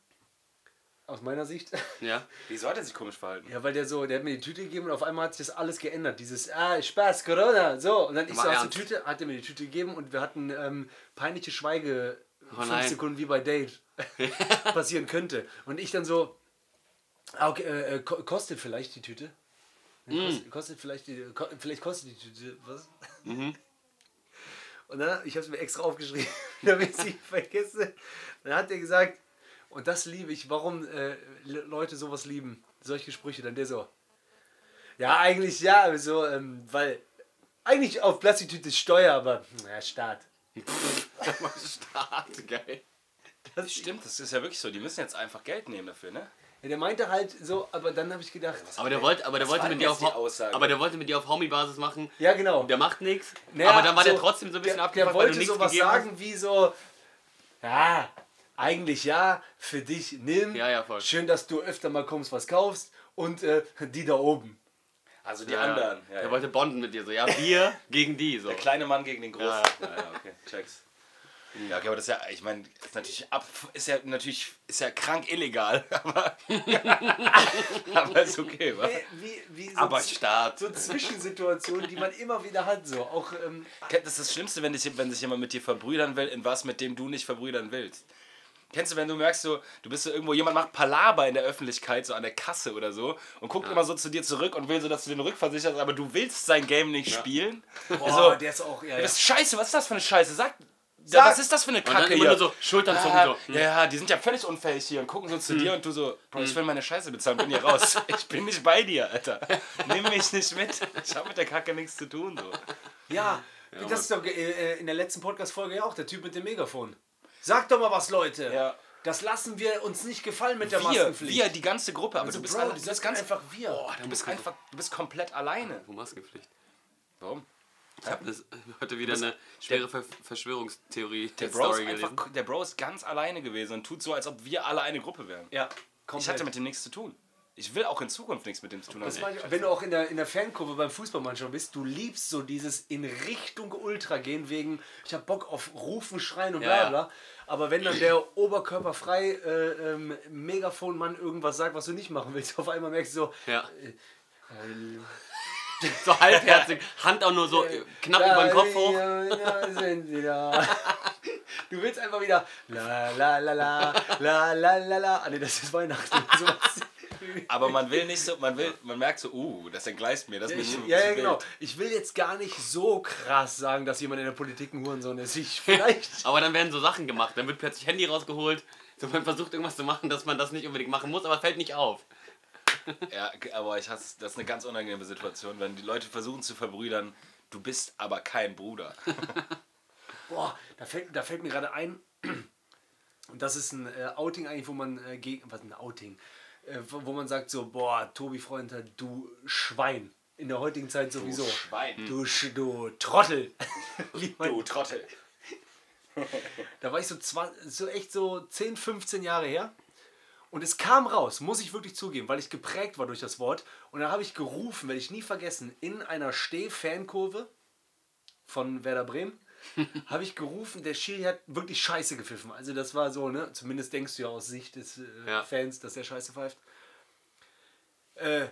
Speaker 2: Aus meiner Sicht.
Speaker 4: Ja.
Speaker 3: Wieso hat er sich komisch verhalten?
Speaker 2: Ja, weil der so, der hat mir die Tüte gegeben und auf einmal hat sich das alles geändert. Dieses, ah, Spaß, Corona, so. Und dann ich
Speaker 4: Mal
Speaker 2: so, hast du
Speaker 4: ernst.
Speaker 2: Tüte? Hat er mir die Tüte gegeben und wir hatten ähm, peinliche Schweige, fünf
Speaker 4: nein.
Speaker 2: Sekunden wie bei Date passieren könnte. Und ich dann so, ah, okay, äh, äh, ko- kostet vielleicht die Tüte? Nee, Kostet, kostet vielleicht die, ko vielleicht kostet die Tüte, was? Und dann, ich habe es mir extra aufgeschrieben, damit ich es nicht vergesse. Dann hat er gesagt, und das liebe ich, warum äh, Le- Leute sowas lieben, solche Sprüche. Dann der so, ja, eigentlich ja, aber so, ähm, weil eigentlich auf Plastiktüte ist Steuer, aber naja, Staat.
Speaker 4: Start, geil.
Speaker 2: Das
Speaker 3: Stimmt, das ist ja wirklich so. Die müssen jetzt einfach Geld nehmen dafür, ne?
Speaker 2: Ja, der meinte halt so, aber dann habe ich gedacht,
Speaker 4: Aber der wollte, aber der
Speaker 3: Was
Speaker 4: wollte
Speaker 3: war
Speaker 4: mit
Speaker 2: halt
Speaker 3: denn
Speaker 4: dir
Speaker 3: jetzt
Speaker 4: auf
Speaker 3: die Aussage?
Speaker 4: aber der wollte mit dir auf Homie-Basis machen.
Speaker 2: ja genau.
Speaker 4: Der macht nichts.
Speaker 2: Naja,
Speaker 4: aber dann war der
Speaker 2: so,
Speaker 4: trotzdem so ein bisschen
Speaker 2: der,
Speaker 4: abgefuckt,
Speaker 2: der
Speaker 4: weil du
Speaker 2: wollte
Speaker 4: nichts
Speaker 2: sowas
Speaker 4: gegeben
Speaker 2: sagen wie so, ja, eigentlich ja, für dich nimm.
Speaker 4: Ja, ja, voll.
Speaker 2: Schön, dass du öfter mal kommst, was kaufst und äh, die da oben.
Speaker 3: Also die
Speaker 4: hast. Ja,
Speaker 3: anderen.
Speaker 4: Ja. Der wollte bonden mit dir so. Ja, wir gegen die so.
Speaker 3: Der kleine Mann gegen den großen.
Speaker 4: Ja,
Speaker 3: ja, okay. Checks. Ja, okay, aber das ist ja, ich meine, ist natürlich ab, ist ja natürlich, ist ja krank illegal, aber, aber ist okay, wa?
Speaker 2: Wie, wie so
Speaker 3: Aber
Speaker 2: z-
Speaker 3: Staat.
Speaker 2: so Zwischensituationen, die man immer wieder hat, so auch ähm,
Speaker 3: Kennt- Das ist das Schlimmste, wenn, dich, wenn sich jemand mit dir verbrüdern will, in was, mit dem du nicht verbrüdern willst. Kennst du, wenn du merkst, so, du bist so irgendwo, jemand macht Palaber in der Öffentlichkeit, so an der Kasse oder so, und guckt immer so zu dir zurück und will so, dass du den rückversicherst, aber du willst sein Game nicht spielen.
Speaker 2: boah,
Speaker 3: Also,
Speaker 2: der ist auch ja,
Speaker 3: Ja,
Speaker 2: ja.
Speaker 3: Das ist scheiße, was ist das für eine Scheiße? Sag,
Speaker 2: Sag.
Speaker 3: was ist das für eine
Speaker 4: und dann
Speaker 3: Kacke
Speaker 4: immer
Speaker 3: hier? Ah,
Speaker 4: nur so Schultern zucken
Speaker 3: ja,
Speaker 4: so. Hm.
Speaker 3: ja, die sind ja völlig unfähig hier und gucken so zu dir und du so, Bro, ich will meine Scheiße bezahlen, bin hier raus. Ich bin nicht bei dir, Alter. Nimm mich nicht mit. Ich habe mit der Kacke nichts zu tun. So.
Speaker 2: Ja, das ist doch äh, äh, in der letzten Podcast-Folge ja auch der Typ mit dem Megafon. Sag doch mal was, Leute.
Speaker 3: Ja.
Speaker 2: Das lassen wir uns nicht gefallen mit der
Speaker 3: Wir,
Speaker 2: Maskenpflicht.
Speaker 3: wir, die ganze Gruppe, aber
Speaker 2: also,
Speaker 3: du bist,
Speaker 2: Bro,
Speaker 3: alle,
Speaker 2: die
Speaker 3: du bist
Speaker 2: sind
Speaker 3: ganz
Speaker 2: einfach wir. Oh,
Speaker 3: du bist einfach, du bist komplett alleine.
Speaker 4: Wo Maskenpflicht.
Speaker 3: Warum?
Speaker 4: Ich habe heute wieder eine schwere Ver
Speaker 3: Der Bro, ist
Speaker 4: Verschwörungstheorie-Story
Speaker 3: einfach,
Speaker 4: gelesen.
Speaker 3: der Bro ist ganz alleine gewesen und tut so, als ob wir alle eine Gruppe wären.
Speaker 2: Ja,
Speaker 3: Ich hatte mit dem nichts zu tun. Ich will auch in Zukunft nichts mit dem zu tun haben.
Speaker 2: Äh. Das meine ich, wenn du auch in der, in der Fankurve beim Fußballmannschaft bist, du liebst so dieses in Richtung Ultra gehen wegen, ich hab Bock auf Rufen, Schreien und
Speaker 4: Ja,
Speaker 2: bla
Speaker 4: ja.
Speaker 2: bla. Aber wenn dann der oberkörperfrei äh, ähm, Megafon-Mann irgendwas sagt, was du nicht machen willst, auf einmal merkst du so,
Speaker 4: Ja.
Speaker 2: äh,
Speaker 4: So halbherzig, Hand auch nur so äh, knapp über den Kopf hoch.
Speaker 2: Ja, da sind sie da. Du willst einfach wieder la la la la la la la la. Ah, nee, das ist Weihnachten. Sowas.
Speaker 3: Aber man will nicht so, man will, man merkt so, uh, das entgleist mir, das ist mir
Speaker 2: Ich,
Speaker 3: zu-
Speaker 2: ja,
Speaker 3: zu
Speaker 2: ja, genau.
Speaker 3: wild.
Speaker 2: Ich will jetzt gar nicht so krass sagen, dass jemand in der Politik ein Hurensohn ist. Ich vielleicht.
Speaker 4: Aber dann werden so Sachen gemacht. Dann wird plötzlich Handy rausgeholt. So, man versucht irgendwas zu machen, dass man das nicht unbedingt machen muss, aber es fällt nicht auf.
Speaker 3: Ja, aber ich hasse, das ist eine ganz unangenehme Situation, wenn die Leute versuchen zu verbrüdern, du bist aber kein Bruder.
Speaker 2: Boah, da fällt, da fällt mir gerade ein, und das ist ein äh, Outing eigentlich, wo man äh, gegen. Was ein Outing? Äh, wo wo man sagt so, boah, Tobi Freundter, du Schwein. In der heutigen Zeit sowieso.
Speaker 3: Schwein.
Speaker 2: Du, Sch- du Trottel. Wie man-
Speaker 3: Du Trottel.
Speaker 2: Da war ich so, 20, so echt so 10, 15 Jahre her. Und es kam raus, muss ich wirklich zugeben, weil ich geprägt war durch das Wort. Und dann habe ich gerufen, werde ich nie vergessen, in einer Steh-Fankurve von Werder Bremen, habe ich gerufen, der Schiri hat wirklich scheiße gepfiffen. Also das war so, ne? Zumindest denkst du ja aus Sicht des äh,
Speaker 4: Ja.
Speaker 2: Fans, dass der scheiße pfeift. Äh,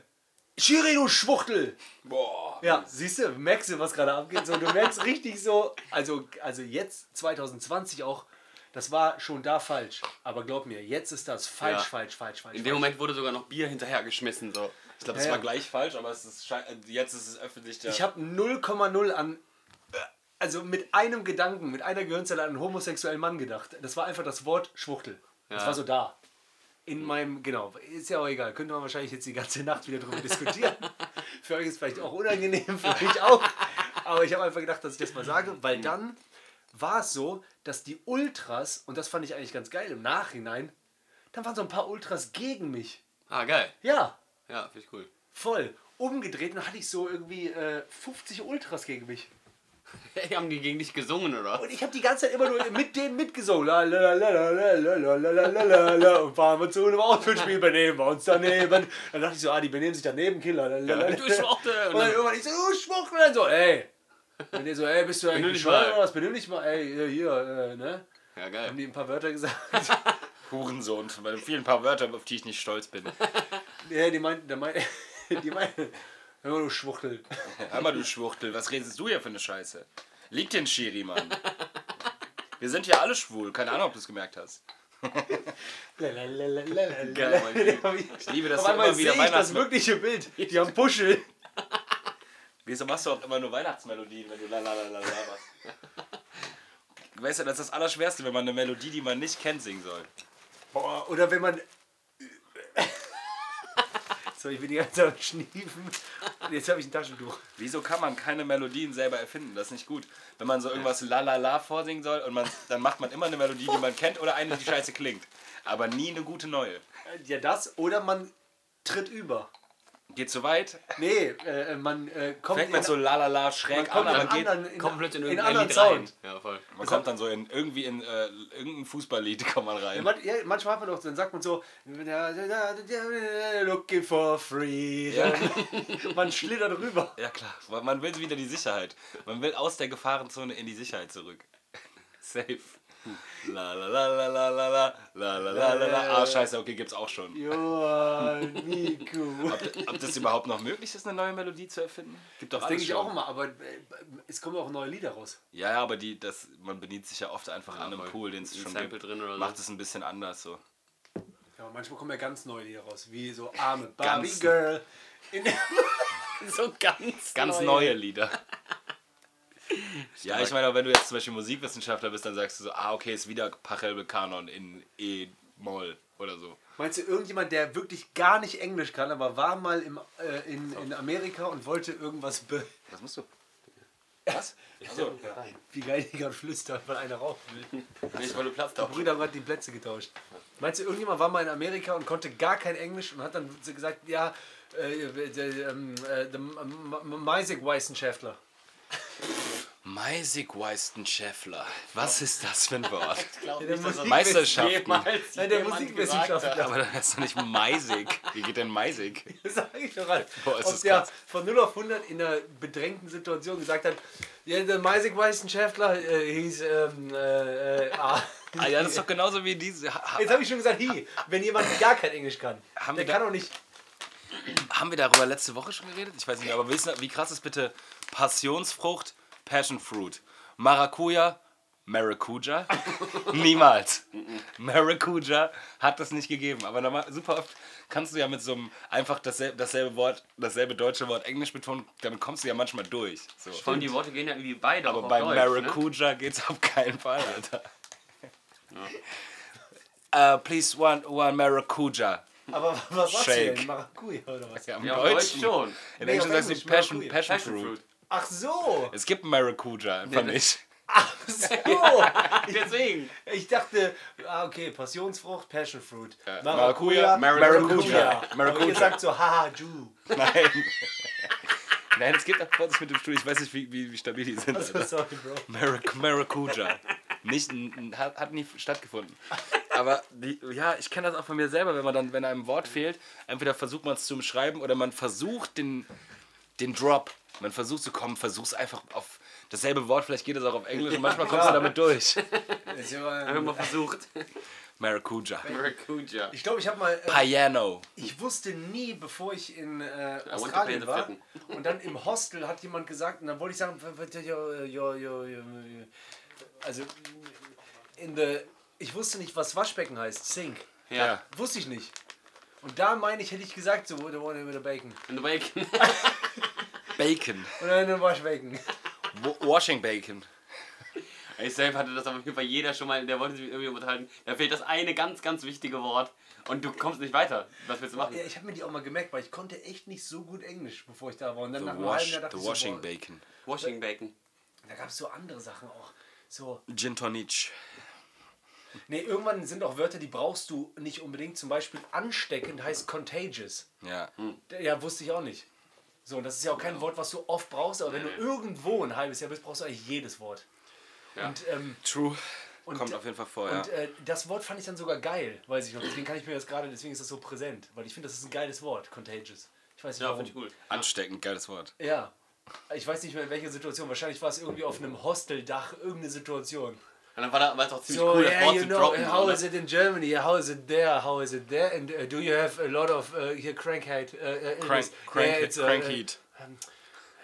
Speaker 2: Schiri, du Schwuchtel!
Speaker 3: Boah.
Speaker 2: Ja, siehst du, merkst du, was gerade abgeht. So, du merkst richtig so, also, also jetzt 2020 auch, das war schon da falsch. Aber glaub mir, jetzt ist das falsch,
Speaker 4: Ja.
Speaker 2: falsch, falsch, falsch.
Speaker 4: In dem
Speaker 2: falsch.
Speaker 4: Moment wurde sogar noch Bier hinterhergeschmissen. So.
Speaker 3: Ich glaube,
Speaker 2: Ja,
Speaker 3: das
Speaker 2: ja.
Speaker 3: war gleich falsch, aber es ist, schei- äh, jetzt ist es öffentlich der.
Speaker 2: Ich habe 0,0 an, also mit einem Gedanken, mit einer Gehirnzelle an einen homosexuellen Mann gedacht. Das war einfach das Wort Schwuchtel. Das
Speaker 4: Ja.
Speaker 2: war so da. In meinem, genau, ist ja auch egal. Könnte man wahrscheinlich jetzt die ganze Nacht wieder drüber diskutieren. für euch ist es vielleicht auch unangenehm, für mich auch. Aber ich habe einfach gedacht, dass ich das mal sage, weil dann war es so, dass die Ultras, und das fand ich eigentlich ganz geil im Nachhinein, dann waren so ein paar Ultras gegen mich.
Speaker 4: Ah, geil.
Speaker 2: Ja,
Speaker 4: Ja, finde ich cool.
Speaker 2: voll. Umgedreht und dann hatte ich so irgendwie äh, 50 Ultras gegen mich.
Speaker 4: Hey, haben die gegen dich gesungen, oder?
Speaker 2: Und ich habe die ganze Zeit immer nur mit denen mitgesungen. La, la, la, la, la, la, la, la, la, la, la, la. Und fahren wir zu einem Outfit-Spiel, benehmen wir uns daneben. Dann dachte ich so, ah, die benehmen sich daneben, Killer. La, la, la, la.
Speaker 4: Du Schwuchtel.
Speaker 2: Und dann irgendwann ich so, du Schwuchtel. Und so, ey. Und die so, ey, bist du eigentlich
Speaker 4: dich
Speaker 2: bescheuert
Speaker 4: mal.
Speaker 2: oder was? Benimm dich mal, ey, hier, hier äh, ne?
Speaker 4: Ja,
Speaker 2: Haben
Speaker 4: geil.
Speaker 2: die ein paar Wörter gesagt.
Speaker 3: Hurensohn, von meinen vielen paar Wörtern, auf die ich nicht stolz bin.
Speaker 2: Ja, die meinten, die meinten, die meinten, hör mal, du Schwuchtel.
Speaker 3: Hör mal, du Schwuchtel, was redest du hier für eine Scheiße? Liegt den Schiri, Mann. Wir sind ja alle schwul, keine Ahnung, ob du es gemerkt hast.
Speaker 2: La, la, la, la, la, la, la.
Speaker 4: Geil, mein Lieber.
Speaker 3: Ich liebe, dass
Speaker 2: Auf
Speaker 3: du
Speaker 2: einmal
Speaker 3: immer
Speaker 2: sehe
Speaker 3: wieder
Speaker 2: ich das
Speaker 3: Weihnachtsmelodien.
Speaker 2: wirkliche Bild. Die haben Puschel.
Speaker 3: Wieso machst du auch immer nur Weihnachtsmelodien, wenn du la la la la la machst? Weißt du, das ist das Allerschwerste, wenn man eine Melodie, die man nicht kennt, singen soll.
Speaker 2: Boah, Oh, oder wenn man. so, ich bin die ganze Zeit am Schniefen. Und jetzt habe ich ein Taschentuch.
Speaker 3: Wieso kann man keine Melodien selber erfinden? Das ist nicht gut. Wenn man so irgendwas la la la vorsingen soll und man, dann macht man immer eine Melodie, die man kennt oder eine, die scheiße klingt. Aber nie eine gute neue.
Speaker 2: Ja, das. Oder man tritt über.
Speaker 3: Geht zu weit,
Speaker 2: Nee, äh, man äh, kommt.
Speaker 3: fängt man
Speaker 2: in-
Speaker 3: so la la la
Speaker 2: man
Speaker 3: schräg an,
Speaker 2: kommt in
Speaker 3: aber
Speaker 2: einen
Speaker 3: geht,
Speaker 2: anderen, in,
Speaker 4: Komplett in
Speaker 2: in
Speaker 4: irgendein
Speaker 2: anderen
Speaker 4: Lied rein.
Speaker 2: Sound.
Speaker 4: Ja, voll.
Speaker 3: man kommt dann so in irgendwie in äh, irgendein Fußballlied kommt man rein.
Speaker 2: Man, ja, manchmal hat man doch, dann sagt man so, looking for freedom. Man schlittert rüber.
Speaker 3: Ja klar, weil man will wieder die Sicherheit. Man will aus der Gefahrenzone in die Sicherheit zurück. Safe. La la la la la la la la la la la la. Ah scheiße, okay, gibt's auch schon.
Speaker 2: Johann, Nico.
Speaker 3: Ob das überhaupt noch möglich ist, eine neue Melodie zu erfinden? Gibt doch
Speaker 2: Das
Speaker 3: alles
Speaker 2: denke ich
Speaker 3: schon.
Speaker 2: auch immer, aber äh, es kommen auch neue Lieder raus.
Speaker 3: Ja, ja, aber die, das, man bedient sich ja oft einfach an einem
Speaker 4: voll.
Speaker 3: Pool, den es
Speaker 4: Ein
Speaker 3: schon
Speaker 4: Sample
Speaker 3: gibt.
Speaker 4: drin oder so.
Speaker 3: Macht es ein bisschen anders so.
Speaker 2: Ja, und manchmal kommen ja ganz neue Lieder raus, wie so arme Barbie
Speaker 3: Ganz-
Speaker 2: Girl. In
Speaker 4: So ganz,
Speaker 3: Ganz neue Lieder. ja, ich meine, aber wenn du jetzt zum Beispiel Musikwissenschaftler bist, dann sagst du so, ah, okay, ist wieder Pachelbel Kanon in E-Moll oder so.
Speaker 2: Meinst du, irgendjemand, der wirklich gar nicht Englisch kann, aber war mal im, äh, in, in Amerika und wollte irgendwas be...
Speaker 3: Was musst du? Was? Achso,
Speaker 2: Wie geil die gerade flüstern, weil einer rauchen will.
Speaker 4: Ich wollte Platz
Speaker 2: Die Brüder haben gerade die Plätze getauscht. Meinst du, irgendjemand war mal in Amerika und konnte gar kein Englisch und hat äh, dann so gesagt, ja, äh, der, ähm, äh, der M- M- M- Isaac Weissenschaftler.
Speaker 3: Meisig Weisten Schäffler. Was ist das für ein Wort?
Speaker 4: Glaub
Speaker 2: nicht, dass er-
Speaker 3: Meisterschaften.
Speaker 2: Nein, der
Speaker 4: jemand
Speaker 2: Musikwissenschaftler.
Speaker 3: Aber dann heißt doch nicht Meisig. Wie geht denn Meisig?
Speaker 2: Sag ich doch halt.
Speaker 3: Boah, ist
Speaker 2: Ob
Speaker 3: das
Speaker 2: der
Speaker 3: krass.
Speaker 2: von 0 auf 100 in einer bedrängten Situation gesagt hat, ja, der Meisig Wissenschaftler äh, hieß, ähm, äh, äh, ah.
Speaker 3: Ah, ja, das ist doch genauso wie diese. Ha, ha,
Speaker 2: Jetzt habe ich schon gesagt, he, wenn jemand gar kein Englisch kann.
Speaker 3: Haben
Speaker 2: der
Speaker 3: wir
Speaker 2: kann
Speaker 3: da-
Speaker 2: auch nicht.
Speaker 3: haben wir darüber letzte Woche schon geredet? Ich weiß nicht mehr, aber wissen, wie krass ist bitte Passionsfrucht, Passion Fruit? Maracuja, Maracuja? Niemals. Maracuja hat das nicht gegeben. Aber normal, super oft kannst du ja mit so einem einfach dasselbe, dasselbe Wort, dasselbe deutsche Wort Englisch betonen, damit kommst du ja manchmal durch. So.
Speaker 4: Vor allem die Worte gehen ja irgendwie beide.
Speaker 3: Aber
Speaker 4: auch
Speaker 3: bei
Speaker 4: auf Deutsch, ne?
Speaker 3: Maracuja geht's auf keinen Fall, Alter. Uh, please one, one Maracuja.
Speaker 2: Aber was sagst du
Speaker 3: Shake.
Speaker 2: denn? Maracuja oder was?
Speaker 3: Ja, im
Speaker 4: Ja, ne? auf Deutsch schon.
Speaker 3: In
Speaker 2: Nee,
Speaker 3: Englisch
Speaker 2: auf
Speaker 3: heißt es
Speaker 2: Englisch,
Speaker 3: Passion,
Speaker 2: Maracuja.
Speaker 3: Passion,
Speaker 4: Passion
Speaker 3: Fruit.
Speaker 4: Fruit.
Speaker 2: Ach so!
Speaker 3: Es gibt Maracuja, einfach
Speaker 4: das-
Speaker 3: nicht.
Speaker 2: Ach so!
Speaker 4: Deswegen.
Speaker 2: Ich dachte, ah, okay, Passionsfrucht, Passion Fruit.
Speaker 3: Maracuja, Maracuja.
Speaker 2: Maracuja. Maracuja.
Speaker 3: Maracuja.
Speaker 2: Ihr sagt so, haha, Ju.
Speaker 3: Nein. Nein, es gibt auch Fotos mit dem Stuhl. Ich weiß nicht, wie, wie, wie stabil die sind.
Speaker 2: Also,
Speaker 3: Alter.
Speaker 2: sorry, Bro.
Speaker 3: Marac Maracuja. Nicht, n- n- hat, hat nie stattgefunden. Aber die, ja, ich kenne das auch von mir selber, wenn man dann, wenn einem Wort fehlt, entweder versucht man es zu umschreiben oder man versucht den, den Drop. Man versucht zu kommen, versucht einfach auf dasselbe Wort, vielleicht geht es auch auf Englisch und manchmal kommst du damit durch.
Speaker 4: Haben wir mal versucht.
Speaker 3: Maracuja.
Speaker 4: Maracuja.
Speaker 2: Ich glaube, ich habe mal. Äh,
Speaker 3: Piano.
Speaker 2: ich wusste nie, bevor ich in äh,
Speaker 4: to play the
Speaker 2: Australien war.
Speaker 4: flitten.
Speaker 2: Und dann im Hostel hat jemand gesagt, und dann wollte ich sagen, w- w- jo- jo- jo- jo- also in the, ich wusste nicht, was Waschbecken heißt, Sink.
Speaker 4: Ja.
Speaker 2: Wusste ich nicht. Und da meine ich, hätte ich gesagt, so, the one with the bacon.
Speaker 4: Und dabei Bacon.
Speaker 3: Bacon.
Speaker 2: Und dann ein Waschbecken.
Speaker 3: Wa- Washing Bacon.
Speaker 4: Ich selbst hatte das auf jeden Fall jeder schon mal, der wollte sich irgendwie unterhalten. Da fehlt das eine ganz, ganz wichtige Wort und du kommst nicht weiter. Was willst du machen?
Speaker 2: Ja, ich habe mir die auch mal gemerkt, weil ich konnte echt nicht so gut Englisch, bevor ich da war. Und dann
Speaker 3: The,
Speaker 2: nach einem halben
Speaker 3: wash,
Speaker 2: Jahr dachte
Speaker 3: the
Speaker 2: ich so,
Speaker 3: Washing
Speaker 2: boah,
Speaker 3: Bacon.
Speaker 4: Washing Bacon.
Speaker 2: da gab es so andere Sachen auch. So,
Speaker 3: Gin Tonic.
Speaker 2: nee, irgendwann sind auch Wörter, die brauchst du nicht unbedingt. Zum Beispiel ansteckend heißt contagious.
Speaker 3: Ja.
Speaker 2: Ja, wusste ich auch nicht. So, und das ist ja auch kein Wort, was du oft brauchst, aber wenn du irgendwo ein halbes Jahr bist, brauchst du eigentlich jedes Wort.
Speaker 4: Ja.
Speaker 2: Und, ähm,
Speaker 3: True.
Speaker 2: und,
Speaker 3: Kommt auf jeden Fall vor,
Speaker 2: und
Speaker 3: ja.
Speaker 2: äh, das Wort fand ich dann sogar geil, weiß ich noch. Deswegen kann ich mir das gerade, deswegen ist das so präsent, weil ich finde, das ist ein geiles Wort, contagious. Ich weiß nicht,
Speaker 4: Ja,
Speaker 2: warum.
Speaker 4: finde ich gut.
Speaker 3: Ansteckend, geiles Wort.
Speaker 2: Ja. Ich weiß nicht mehr in welcher Situation. Wahrscheinlich war es irgendwie auf einem Hosteldach irgendeine Situation. Oh,
Speaker 4: Und dann war da, war es auch ziemlich cool, das Wort zu droppen.
Speaker 2: how
Speaker 4: oder?
Speaker 2: is it in Germany? How is it there? How is it there? And uh, do you have a lot of uh, here crankheit? Uh, uh, illness?
Speaker 3: Crank, crank,
Speaker 2: it's, uh,
Speaker 3: crank
Speaker 2: uh,
Speaker 3: heat.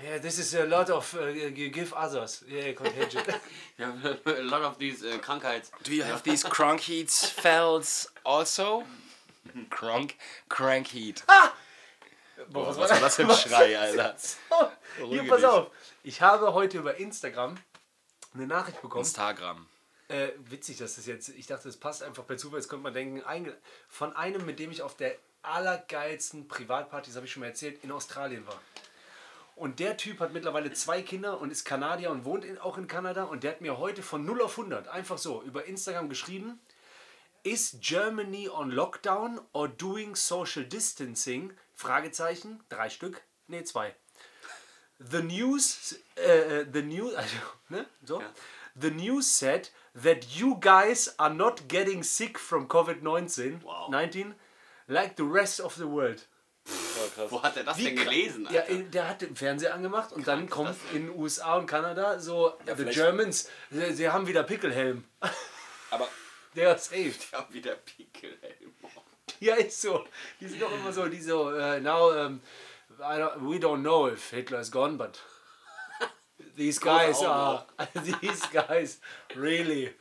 Speaker 2: Yeah, this is a lot of uh, you give others. Yeah, contagion.
Speaker 4: Ja, a lot of these äh, Krankheits.
Speaker 3: Do you have these crank heats fells also? Crank, crank heat.
Speaker 2: Ah, Boah,
Speaker 3: Oh, Was war das für ein Schrei, Alter?
Speaker 2: Hier,
Speaker 3: Beruhige
Speaker 2: pass
Speaker 3: dich.
Speaker 2: auf. Ich habe heute über Instagram eine Nachricht bekommen.
Speaker 3: Instagram.
Speaker 2: Äh, witzig, dass das jetzt, ich dachte, das passt einfach per Zufall. Jetzt könnte man denken, einge- von einem, mit dem ich auf der allergeilsten Privatparty, das habe ich schon mal erzählt, in Australien war. Und der Typ hat mittlerweile zwei Kinder und ist Kanadier und wohnt in, auch in Kanada. Und der hat mir heute von 0 auf 100 einfach so über Instagram geschrieben: Is Germany on Lockdown or doing social distancing? Fragezeichen, drei Stück, nee, zwei. The news, äh, the news, also, ne, so. The news said that you guys are not getting sick from COVID-19,
Speaker 4: Wow.
Speaker 2: 19, like the rest of the world.
Speaker 4: Wo hat er das denn gelesen?
Speaker 2: Ja,
Speaker 4: Alter?
Speaker 2: äh, der hat den Fernseher angemacht und dann kommt in den USA und Kanada so, the
Speaker 3: vielleicht-
Speaker 2: Germans, sie, sie haben wieder Pickelhelm.
Speaker 3: Aber
Speaker 2: Der ist safe.
Speaker 4: Ich hab wieder Pickel, ey.
Speaker 2: Ja, ist so. Die sind doch immer so, die so, äh, now, um, I don't, we don't know if Hitler is gone, but these guys
Speaker 4: Augen
Speaker 2: are, these guys, really.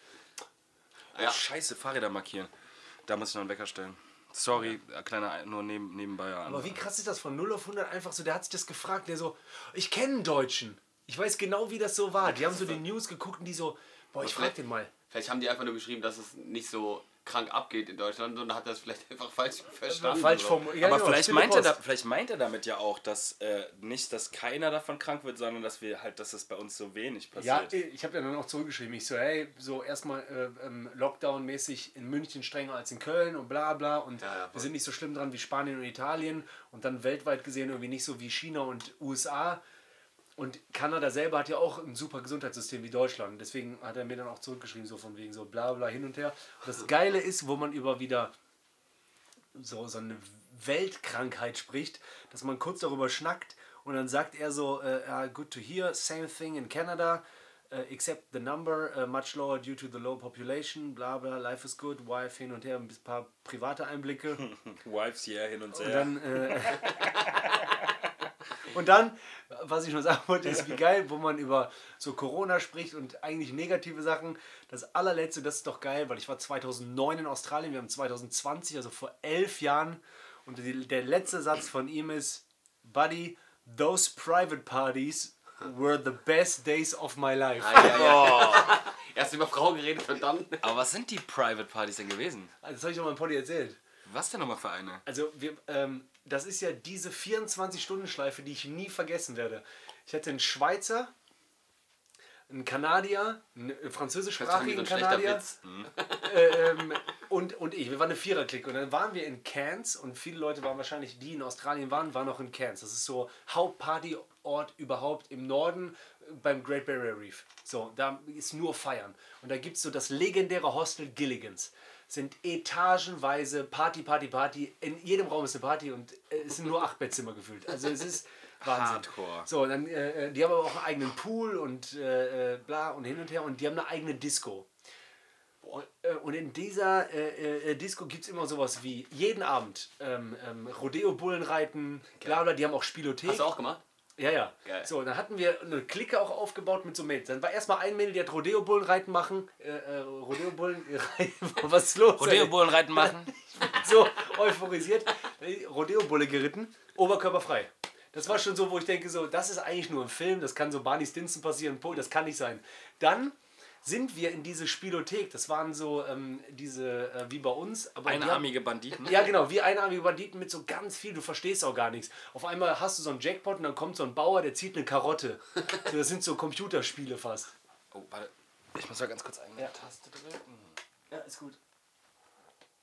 Speaker 4: Ja.
Speaker 3: scheiße, Fahrräder markieren. Da muss ich noch einen Wecker stellen. Sorry, äh, kleiner, nur neben, nebenbei.
Speaker 2: Aber wie krass ist das von 0 auf 100 einfach so, der hat sich das gefragt, der so, ich kenne einen Deutschen. Ich weiß genau, wie das so war. Die haben so die News geguckt und die so, boah, ich frag den mal.
Speaker 4: Vielleicht haben die einfach nur geschrieben, dass es nicht so krank abgeht in Deutschland, sondern hat das vielleicht einfach falsch verstanden.
Speaker 2: Falsch
Speaker 4: oder?
Speaker 2: vom, ja,
Speaker 3: Aber
Speaker 2: genau,
Speaker 3: vielleicht,
Speaker 2: stille
Speaker 3: meint er da,
Speaker 2: Post.
Speaker 3: vielleicht meint er damit ja auch, dass äh, nicht, dass keiner davon krank wird, sondern dass wir halt, dass es bei uns so wenig
Speaker 2: Ja,
Speaker 3: passiert.
Speaker 2: ich habe ja dann auch zurückgeschrieben. Ich so, hey, so erstmal äh, ähm, Lockdown-mäßig in München strenger als in Köln und bla bla. Und
Speaker 4: Ja, ja, voll.
Speaker 2: wir sind nicht so schlimm dran wie Spanien und Italien und dann weltweit gesehen irgendwie nicht so wie China und USA. Und Kanada selber hat ja auch ein super Gesundheitssystem wie Deutschland. Deswegen hat er mir dann auch zurückgeschrieben, so von wegen so bla bla hin und her. Und das Geile ist, wo man über wieder so, so eine Weltkrankheit spricht, dass man kurz darüber schnackt und dann sagt er so, äh, ah, good to hear, same thing in Canada, äh, except the number, äh, much lower due to the low population, bla bla, life is good, wife hin und her, ein paar private Einblicke.
Speaker 5: Wives hier hin und her.
Speaker 2: Und dann, äh, und dann, was ich noch sagen wollte, ist wie geil, wo man über so Corona spricht und eigentlich negative Sachen. Das allerletzte, das ist doch geil, weil ich war 2009 in Australien, wir haben 2020, also vor elf Jahren. Und die, der letzte Satz von ihm ist, Buddy, those private parties were the best days of my life.
Speaker 4: Erst über Frauen geredet und dann.
Speaker 3: Aber was sind die Private Partys denn gewesen?
Speaker 2: Also, das habe ich noch mal im Pony erzählt.
Speaker 3: Was denn nochmal für eine?
Speaker 2: Also, wir, ähm, das ist ja diese 24-Stunden-Schleife, die ich nie vergessen werde. Ich hatte einen Schweizer, einen Kanadier, einen äh, französischsprachigen
Speaker 4: Das ist irgendwie so ein schlechter
Speaker 2: Kanadier ähm,
Speaker 4: Witz.
Speaker 2: und, und ich. Wir waren eine Viererklick. Und dann waren wir in Cairns und viele Leute waren wahrscheinlich, die in Australien waren, waren noch in Cairns. Das ist so Hauptpartyort überhaupt im Norden äh, beim Great Barrier Reef. So, da ist nur Feiern. Und da gibt es so das legendäre Hostel Gilligans. Sind etagenweise Party, Party, Party. In jedem Raum ist eine Party und äh, es sind nur acht Bettzimmer gefühlt. Also es ist Wahnsinn.
Speaker 3: Hardcore.
Speaker 2: So, dann, äh, äh, die haben aber auch einen eigenen Pool und äh, äh, bla und hin und her und die haben eine eigene Disco. Und, äh, Und in dieser äh, äh, Disco gibt es immer sowas wie jeden Abend ähm, ähm, Rodeo-Bullen reiten, bla bla, die haben auch Spielothek.
Speaker 4: Hast du auch gemacht?
Speaker 2: Ja, ja.
Speaker 4: Geil.
Speaker 2: So, dann hatten wir eine Clique auch aufgebaut mit so Mädels. Dann war erstmal ein Mädel, die hat Rodeo-Bullen reiten machen. Äh, äh, Rodeo-Bullen reiten, was ist los? ey?
Speaker 3: Rodeo-Bullen reiten machen?
Speaker 2: so euphorisiert, Rodeo-Bulle geritten, Oberkörper frei. Das war schon so, wo ich denke, so, das ist eigentlich nur ein Film, das kann so Barney Stinson passieren, Pol- das kann nicht sein. Dann sind wir in diese Spielothek, das waren so ähm, diese, äh, wie bei uns, aber die haben-
Speaker 3: Einarmige Banditen?
Speaker 2: ja, genau, wie einarmige Banditen mit so ganz viel, du verstehst auch gar nichts. Auf einmal hast du so einen Jackpot und dann kommt so ein Bauer, der zieht eine Karotte. So, das sind so Computerspiele fast.
Speaker 3: Oh, warte. Ich muss mal ganz kurz eine
Speaker 2: Ja.
Speaker 3: Taste drücken.
Speaker 2: Ja, ist gut.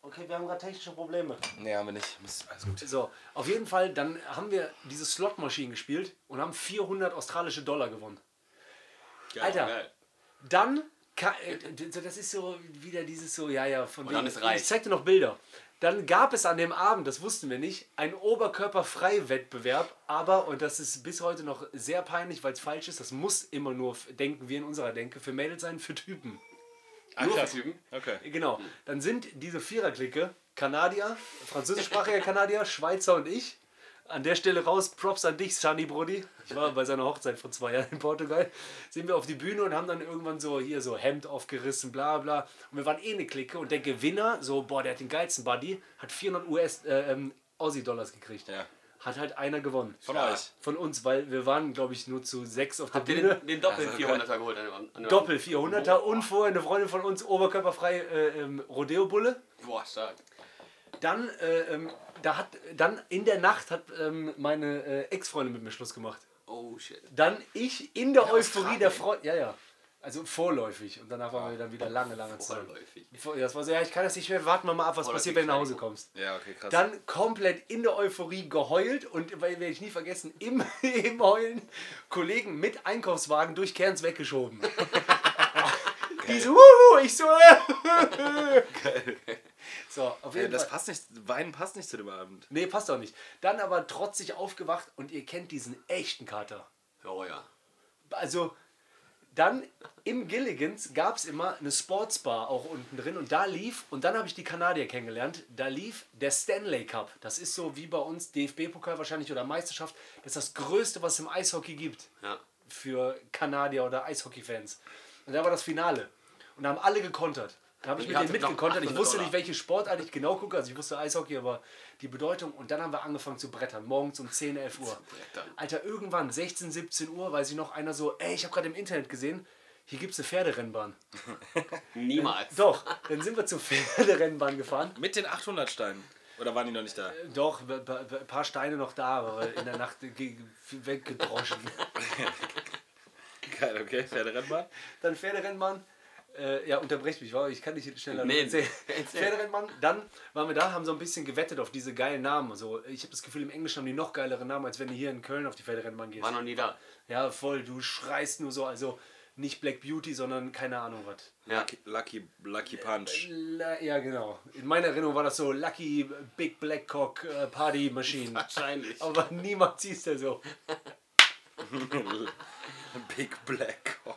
Speaker 2: Okay, wir haben gerade technische Probleme.
Speaker 3: Nee, haben wir nicht. Muss- Alles gut.
Speaker 2: So, auf jeden Fall, dann haben wir diese Slotmaschinen gespielt und haben 400 australische Dollar gewonnen. Alter, dann, ka- äh, d- so, das ist so wieder dieses so, ja, ja, von
Speaker 4: dann
Speaker 2: wegen-
Speaker 4: ist reich.
Speaker 2: Ich zeig dir noch Bilder. Dann gab es an dem Abend, das wussten wir nicht, einen Oberkörperfrei-Wettbewerb, aber, und das ist bis heute noch sehr peinlich, weil es falsch ist, das muss immer nur, f- denken wir in unserer Denke, für Mädels sein, für Typen.
Speaker 4: Nur Typen.
Speaker 3: Okay.
Speaker 2: Genau,
Speaker 4: Hm.
Speaker 2: dann sind diese Viererklicke Kanadier, französischsprachiger Kanadier, Schweizer und ich. An der Stelle raus, Props an dich, Sunny Brody. Ich war bei seiner Hochzeit vor zwei Jahren in Portugal. Sind wir auf die Bühne und haben dann irgendwann so hier so Hemd aufgerissen, bla bla. Und wir waren eh eine Clique und der Gewinner, so, boah, der hat den geilsten Buddy, hat 400 US, äh, ähm, Aussie-Dollars gekriegt.
Speaker 3: Ja.
Speaker 2: Hat halt einer gewonnen.
Speaker 3: Von euch.
Speaker 2: Von uns, weil wir waren, glaube ich, nur zu sechs auf der
Speaker 4: Habt ihr
Speaker 2: Bühne.
Speaker 4: den, den Doppel-400er geholt? An dem, an dem
Speaker 2: Doppel 400er und vorher eine Freundin von uns, oberkörperfrei äh, ähm, Rodeo-Bulle.
Speaker 4: Boah, stark.
Speaker 2: Dann, äh, ähm, da hat, dann in der Nacht hat ähm, meine äh, Ex-Freundin mit mir Schluss gemacht.
Speaker 4: Oh shit.
Speaker 2: Dann ich in der Euphorie der Freundin. Ja, ja. Also vorläufig. Und danach waren wir dann wieder lange, lange Zeit.
Speaker 4: Vorläufig.
Speaker 2: Vor- ja, Das war so, ja, ich kann das nicht mehr. Warten wir mal ab, was
Speaker 4: Vorläufig
Speaker 2: passiert, wenn du nach Hause
Speaker 4: Reinigung.
Speaker 2: kommst.
Speaker 3: Ja, okay, krass.
Speaker 2: Dann komplett in der Euphorie geheult und, weil werde ich nie vergessen, im, im Heulen Kollegen mit Einkaufswagen durch Kerns weggeschoben. Die so, wuhu, ich so, äh, So, auf
Speaker 3: Ey,
Speaker 2: jeden
Speaker 3: das
Speaker 2: Fall.
Speaker 3: passt nicht. Weinen passt nicht zu dem Abend.
Speaker 2: Nee, passt auch nicht. Dann aber trotzig aufgewacht und ihr kennt diesen echten Kater.
Speaker 4: Oh ja.
Speaker 2: Also, dann im Gilligans gab es immer eine Sportsbar auch unten drin und da lief, und dann habe ich die Kanadier kennengelernt, da lief der Stanley Cup. Das ist so wie bei uns DFB-Pokal wahrscheinlich oder Meisterschaft. Das ist das Größte, was es im Eishockey gibt
Speaker 4: Ja.
Speaker 2: für Kanadier oder Eishockey-Fans. Und da war das Finale. Und da haben alle gekontert. Da habe ich
Speaker 4: Und
Speaker 2: mit
Speaker 4: ihr
Speaker 2: denen
Speaker 4: hattet noch
Speaker 2: mitgekontert. Ich
Speaker 4: 800
Speaker 2: wusste
Speaker 4: Dollar.
Speaker 2: nicht, welche Sportart ich genau gucke. Also ich wusste Eishockey, aber die Bedeutung. Und dann haben wir angefangen zu brettern. Morgens um 10, 11 Uhr. Alter, irgendwann, 16, 17 Uhr, weiß ich noch, einer so, ey, ich habe gerade im Internet gesehen, hier gibt es eine Pferderennbahn.
Speaker 4: Niemals.
Speaker 2: Doch, dann sind wir zur Pferderennbahn gefahren.
Speaker 3: Mit den 800 Steinen. Oder waren die noch nicht da?
Speaker 2: Doch, ein paar Steine noch da, aber in der Nacht ge- weggedroschen.
Speaker 3: Geil, okay. Pferderennbahn.
Speaker 2: dann Pferderennbahn. Äh, ja, unterbrecht mich, wow, ich kann nicht schneller
Speaker 4: Nee,
Speaker 2: erzählen.
Speaker 4: erzähl.
Speaker 2: Pferderennmann, dann waren wir da, haben so ein bisschen gewettet auf diese geilen Namen. So, ich habe das Gefühl, im Englischen haben die noch geilere Namen, als wenn du hier in Köln auf die Pferderennmann gehst.
Speaker 4: War noch nie da.
Speaker 2: Ja, voll, du schreist nur so, also nicht Black Beauty, sondern keine Ahnung was.
Speaker 4: Ja.
Speaker 3: Lucky, lucky,
Speaker 2: Äh,
Speaker 3: lucky Punch.
Speaker 2: La- Ja, genau. In meiner Erinnerung war das so Lucky Big Black Cock äh, Party Machine.
Speaker 4: Wahrscheinlich.
Speaker 2: Aber niemand hieß der so.
Speaker 3: Big Black Cock.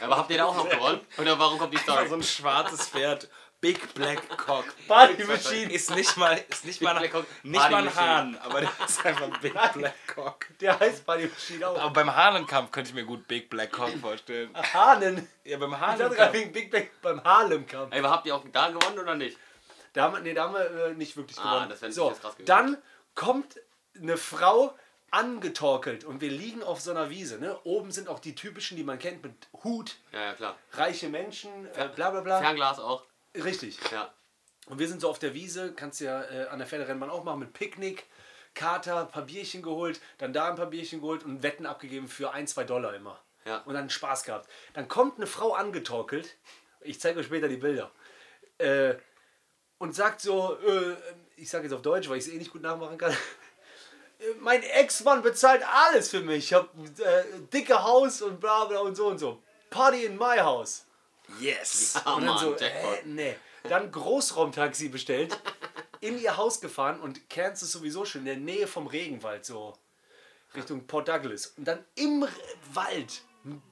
Speaker 4: Aber habt ihr da auch noch gewonnen? Oder warum kommt die Story?
Speaker 3: So ein schwarzes Pferd. Big Black Cock.
Speaker 2: Party Machine.
Speaker 3: Ist nicht mal, ist nicht mal,
Speaker 4: Black Cock.
Speaker 3: nicht mal ein
Speaker 4: Party-Machine.
Speaker 3: Hahn, aber der ist einfach Big Black Cock.
Speaker 2: Der heißt Party Machine auch.
Speaker 3: Aber beim Hahnenkampf könnte ich mir gut Big Black Cock vorstellen.
Speaker 2: Hahnen.
Speaker 3: Ja, beim
Speaker 2: Ich dachte gerade
Speaker 3: Hahnenkampf.
Speaker 2: wegen Big Bang beim Harlem kam.
Speaker 4: Ey, aber habt ihr auch da gewonnen oder nicht?
Speaker 2: Da haben, wir- nee, da haben wir äh, nicht wirklich
Speaker 4: Ah,
Speaker 2: gewonnen.
Speaker 4: das wär
Speaker 2: so,
Speaker 4: jetzt krass gewesen.
Speaker 2: dann kommt eine Frau angetorkelt und wir liegen auf so einer Wiese. Ne? Oben sind auch die typischen, die man kennt, mit Hut,
Speaker 4: Ja, ja, klar.
Speaker 2: reiche Menschen, äh, bla bla bla.
Speaker 4: Fernglas auch.
Speaker 2: Richtig.
Speaker 4: Ja.
Speaker 2: Und wir sind so auf der Wiese, kannst ja äh, an der Pferderennbahn auch machen, mit Picknick, Kater, paar Bierchen geholt, dann da ein paar Bierchen geholt und Wetten abgegeben für ein, zwei Dollar immer.
Speaker 4: Ja.
Speaker 2: Und dann Spaß gehabt. Dann kommt eine Frau angetorkelt, ich zeige euch später die Bilder, äh, und sagt so, äh, ich sage jetzt auf Deutsch, weil ich es eh nicht gut nachmachen kann, äh, mein Ex-Mann bezahlt alles für mich. Ich habe äh, dicke Haus und bla bla und so und so. Party in my house.
Speaker 3: Yes.
Speaker 4: Ah,
Speaker 2: Und dann
Speaker 4: Mann,
Speaker 2: so,
Speaker 4: Jackpot.
Speaker 2: äh, nee. Dann Großraumtaxi bestellt, in ihr Haus gefahren und Cairns ist sowieso schon in der Nähe vom Regenwald, so Richtung Port Douglas. Und dann im R- Wald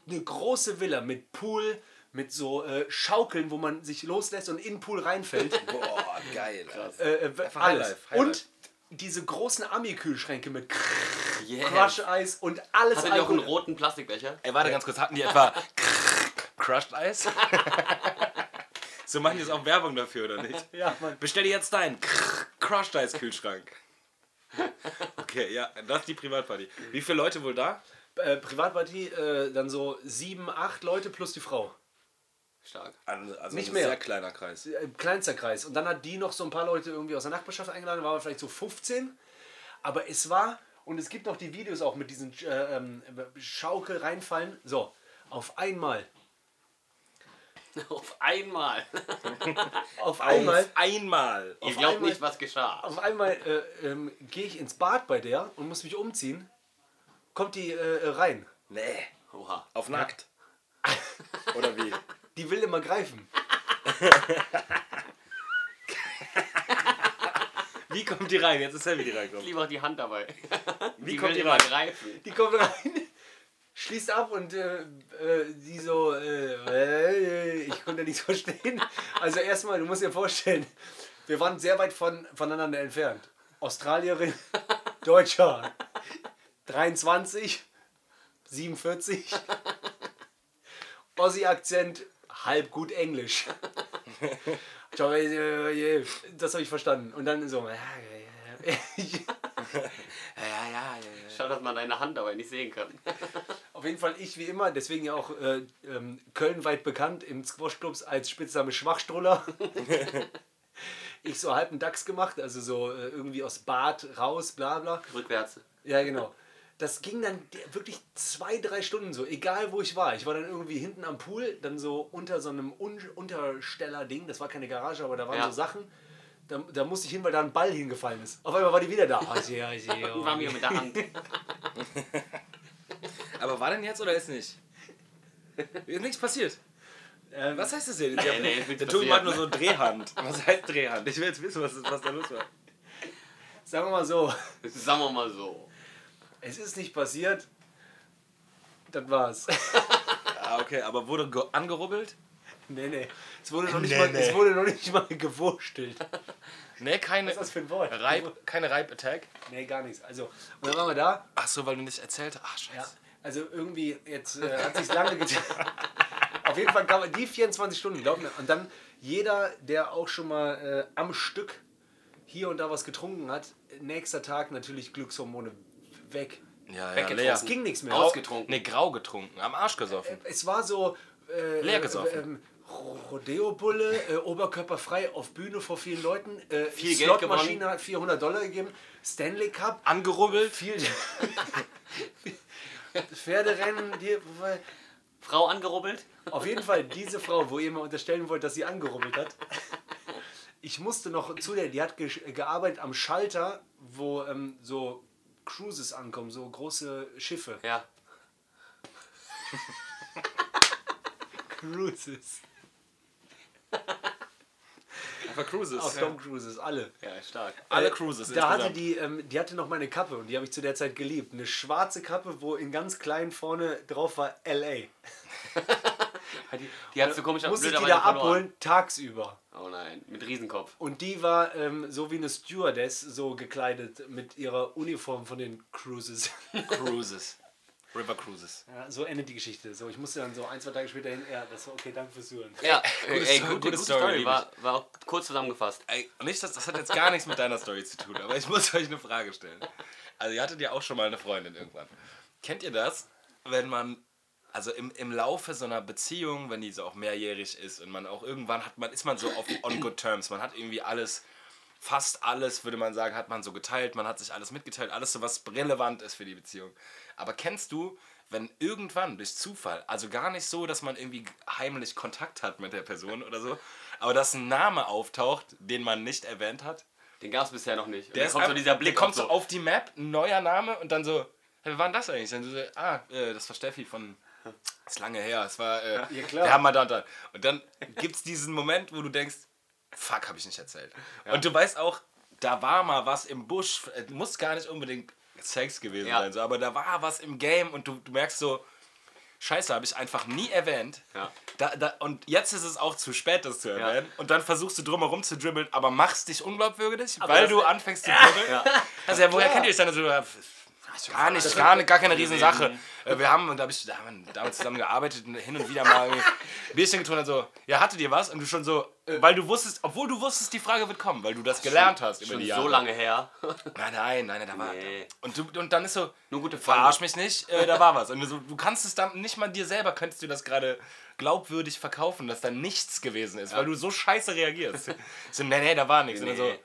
Speaker 2: eine große Villa mit Pool, mit so äh, Schaukeln, wo man sich loslässt und in den Pool reinfällt.
Speaker 3: Boah, geil. Krass.
Speaker 2: äh, äh, alles.
Speaker 3: Highlife, Highlife.
Speaker 2: Und diese großen Ami-Kühlschränke mit
Speaker 4: Yes.
Speaker 2: Crush-Eis und alles
Speaker 4: Hattet ihr auch einen
Speaker 2: Alkohol.
Speaker 4: roten Plastikbecher?
Speaker 3: Ey, warte ganz kurz, hatten die etwa Crushed Eis? so machen die jetzt auch Werbung dafür, oder nicht?
Speaker 2: Ja, Mann.
Speaker 3: Bestell dir jetzt deinen Crushed Eis Kühlschrank. Okay, ja, das ist die Privatparty. Wie viele Leute wohl da?
Speaker 2: Äh, Privatpartie, äh, dann so sieben, acht Leute plus die Frau.
Speaker 4: Stark.
Speaker 3: Also also
Speaker 2: Nicht
Speaker 3: ein
Speaker 2: mehr.
Speaker 3: sehr kleiner Kreis.
Speaker 2: äh, kleinster Kreis. Und dann hat die noch so ein paar Leute irgendwie aus der Nachbarschaft eingeladen, waren wir vielleicht so 15. Aber es war, und es gibt noch die Videos auch mit diesen äh, ähm, Schaukel reinfallen. So, auf einmal.
Speaker 4: Auf einmal.
Speaker 2: Auf einmal.
Speaker 3: Auf einmal.
Speaker 4: Ihr glaubt
Speaker 2: einmal-
Speaker 4: nicht, was geschah.
Speaker 2: Auf einmal äh, ähm, gehe ich ins Bad bei der und muss mich umziehen. Kommt die äh, rein.
Speaker 3: Nee.
Speaker 4: Oha.
Speaker 3: Auf nackt. Oder wie?
Speaker 2: Die will immer greifen.
Speaker 3: Wie kommt die rein? Jetzt ist Sammy die
Speaker 4: Ich
Speaker 3: reinkommt.
Speaker 4: liebe auch die Hand dabei.
Speaker 3: Wie
Speaker 4: die
Speaker 3: kommt
Speaker 4: will
Speaker 3: die
Speaker 4: immer
Speaker 3: rein?
Speaker 4: greifen.
Speaker 2: Die kommt rein, schließt ab und äh, äh, die so, äh, äh, ich konnte nichts verstehen. Also erstmal, du musst dir vorstellen, wir waren sehr weit von, voneinander entfernt. Australierin, Deutscher, 23, 47, Ossi-Akzent, halb gut Englisch. äh, Das habe ich verstanden. Und dann so, äh, ich,
Speaker 3: Ja, ja, ja, ja.
Speaker 4: Schau, dass man deine Hand dabei nicht sehen kann.
Speaker 2: Auf jeden Fall ich wie immer, deswegen ja auch äh, ähm, kölnweit bekannt im Squash-Clubs als Spitzname Schwachstruller. ich so halb einen Dachs gemacht, also so äh, irgendwie aus Bad raus, bla bla.
Speaker 4: Rückwärts.
Speaker 2: Ja, genau. Das ging dann die- wirklich zwei, drei Stunden so, egal wo ich war. Ich war dann irgendwie hinten am Pool, dann so unter so einem Un Untersteller-Ding, das war keine Garage, aber da waren
Speaker 4: Ja.
Speaker 2: so Sachen. Da, da musste ich hin, weil da ein Ball hingefallen ist. Auf einmal war die wieder da. Oh, sie, oh, sie,
Speaker 4: Und war mir mit der Hand.
Speaker 3: Aber war denn jetzt oder ist nicht? Ist nichts passiert.
Speaker 2: Ähm,
Speaker 3: Was heißt das denn?
Speaker 4: Nee, nee, ist nichts
Speaker 3: der Tobi
Speaker 4: passiert.
Speaker 3: macht nur so Drehhand. Was heißt Drehhand? Ich will jetzt wissen, was, was da los war.
Speaker 2: Sagen wir mal so.
Speaker 4: Sagen wir mal so.
Speaker 2: Es ist nicht passiert. Das war's.
Speaker 3: Ah, okay, aber wurde ge- angerubbelt?
Speaker 2: nee, nee. Es wurde noch nicht,
Speaker 3: Nee,
Speaker 2: mal,
Speaker 3: nee.
Speaker 2: Es wurde noch nicht mal gewurstelt. Was
Speaker 3: Nee, keine
Speaker 2: ist das für ein Wort?
Speaker 3: Reib, keine Reib-Attack.
Speaker 2: Nee, gar nichts. Also, und dann waren wir da.
Speaker 3: Ach so, weil du nicht erzählt hast. Ach,
Speaker 2: Ja.
Speaker 3: scheiße.
Speaker 2: Also irgendwie, jetzt äh, hat sich lange getan. Auf jeden Fall kam die 24 Stunden, glaub mir. Und dann jeder, der auch schon mal äh, am Stück hier und da was getrunken hat, nächster Tag natürlich Glückshormone weg.
Speaker 3: Ja, ja,
Speaker 4: Weggetrunken.
Speaker 3: leer.
Speaker 2: Es ging nichts mehr.
Speaker 4: Aus- Ausgetrunken.
Speaker 3: Nee, grau getrunken. Am Arsch gesoffen.
Speaker 2: Es war so. Äh,
Speaker 3: Leer
Speaker 2: äh,
Speaker 3: gesoffen.
Speaker 2: Ähm, Rodeo-Bulle, äh, oberkörperfrei, auf Bühne vor vielen Leuten. Äh,
Speaker 4: Viel Geld
Speaker 2: Slotmaschine
Speaker 4: gewonnen. Ah.
Speaker 2: hat 400 Dollar gegeben. Stanley Cup,
Speaker 3: Angerubbelt.
Speaker 2: viel. Pferderennen, die,
Speaker 4: Frau angerubbelt?
Speaker 3: Oh.
Speaker 2: Auf jeden Fall diese Frau, wo ihr mal unterstellen wollt, dass sie angerubbelt hat. Ich musste noch zu der, die hat ge gearbeitet am Schalter, wo ähm, so Cruises ankommen, so große Schiffe.
Speaker 4: Ja.
Speaker 2: Cruises.
Speaker 3: Einfach Cruises.
Speaker 4: Oh,
Speaker 2: Auch Tom Cruises, alle.
Speaker 3: Ja, stark. Alle Cruises.
Speaker 2: Da hatte
Speaker 3: insgesamt.
Speaker 2: die, ähm, die hatte noch meine Kappe und die habe ich zu der Zeit geliebt. Eine schwarze Kappe, wo in ganz klein vorne drauf war LA.
Speaker 4: Die, die hat so komisch
Speaker 2: Musste ich die
Speaker 4: blöderweise
Speaker 2: da
Speaker 4: verloren.
Speaker 2: abholen, tagsüber.
Speaker 4: Oh nein, mit Riesenkopf.
Speaker 2: Und die war ähm, so wie eine Stewardess so gekleidet mit ihrer Uniform von den Cruises.
Speaker 3: Cruises. River Cruises.
Speaker 2: Ja, so endet die Geschichte. So, ich musste dann so ein, zwei Tage später hin, ja, das war okay, danke fürs Hören.
Speaker 4: Ja,
Speaker 3: gute
Speaker 4: ey,
Speaker 3: Story,
Speaker 4: gute,
Speaker 3: gute
Speaker 4: gute
Speaker 3: Story,
Speaker 4: Story.
Speaker 3: lieb
Speaker 4: War, war auch kurz zusammengefasst.
Speaker 3: Ey, nicht, das, das hat jetzt gar nichts mit deiner Story zu tun, aber ich muss euch eine Frage stellen. Also, ihr hattet ja auch schon mal eine Freundin irgendwann. Kennt ihr das, wenn man, also im, im Laufe so einer Beziehung, wenn die so auch mehrjährig ist und man auch irgendwann hat, man ist man so auf on good terms, man hat irgendwie alles, fast alles, würde man sagen, hat man so geteilt, man hat sich alles mitgeteilt, alles so, was relevant ist für die Beziehung. Aber kennst du, wenn irgendwann durch Zufall, also gar nicht so, dass man irgendwie heimlich Kontakt hat mit der Person oder so, aber dass ein Name auftaucht, den man nicht erwähnt hat?
Speaker 4: Den gab es bisher noch nicht. Und
Speaker 3: Der
Speaker 4: dann
Speaker 3: ist
Speaker 4: kommt so
Speaker 3: ab-
Speaker 4: dieser Blick
Speaker 3: der kommt
Speaker 4: auch
Speaker 3: so auf die Map, ein neuer Name und dann so, hey, wer war denn das eigentlich? Dann so, ah, äh, das war Steffi von. Das ist lange her, es war. Äh,
Speaker 2: Ja, klar.
Speaker 3: Wir haben mal da und da. Und dann gibt es diesen Moment, wo du denkst, fuck, habe ich nicht erzählt. Und du weißt auch, da war mal was im Busch, äh, muss gar nicht unbedingt Sex gewesen
Speaker 4: Ja.
Speaker 3: sein, so, aber da war was im Game und du, du merkst so, Scheiße, habe ich einfach nie erwähnt.
Speaker 4: Ja.
Speaker 3: Da, da, und jetzt ist es auch zu spät, das zu erwähnen. Und dann versuchst du drumherum zu dribbeln, aber machst dich unglaubwürdig, weil
Speaker 4: das-
Speaker 3: du anfängst zu dribbeln. Also, ja, woher kennt ihr euch dann? So, ja, pf, gar nicht, gar, nicht- gar keine Riesensache. Äh, Wir haben, und da, hab ich, da haben wir damit zusammengearbeitet und hin und wieder mal irgendwie ein Bierchen getrunken und so, ja, hattet ihr was? Und du schon so, äh, weil du wusstest, obwohl du wusstest, die Frage wird kommen, weil du das gelernt hast über
Speaker 4: Schon
Speaker 3: die Jahre.
Speaker 4: so lange her.
Speaker 3: Nein, nein, nein, nein, da war.
Speaker 4: Nee.
Speaker 3: Und, du, und dann ist so,
Speaker 4: Nur gute
Speaker 3: verarsch
Speaker 4: Freunde.
Speaker 3: mich nicht, äh, da war was. Und so, du kannst es dann nicht mal dir selber, könntest du das gerade glaubwürdig verkaufen, dass da nichts gewesen ist, weil du so scheiße reagierst. so, nee, nee, da war nichts. Und, dann so,
Speaker 4: Nee.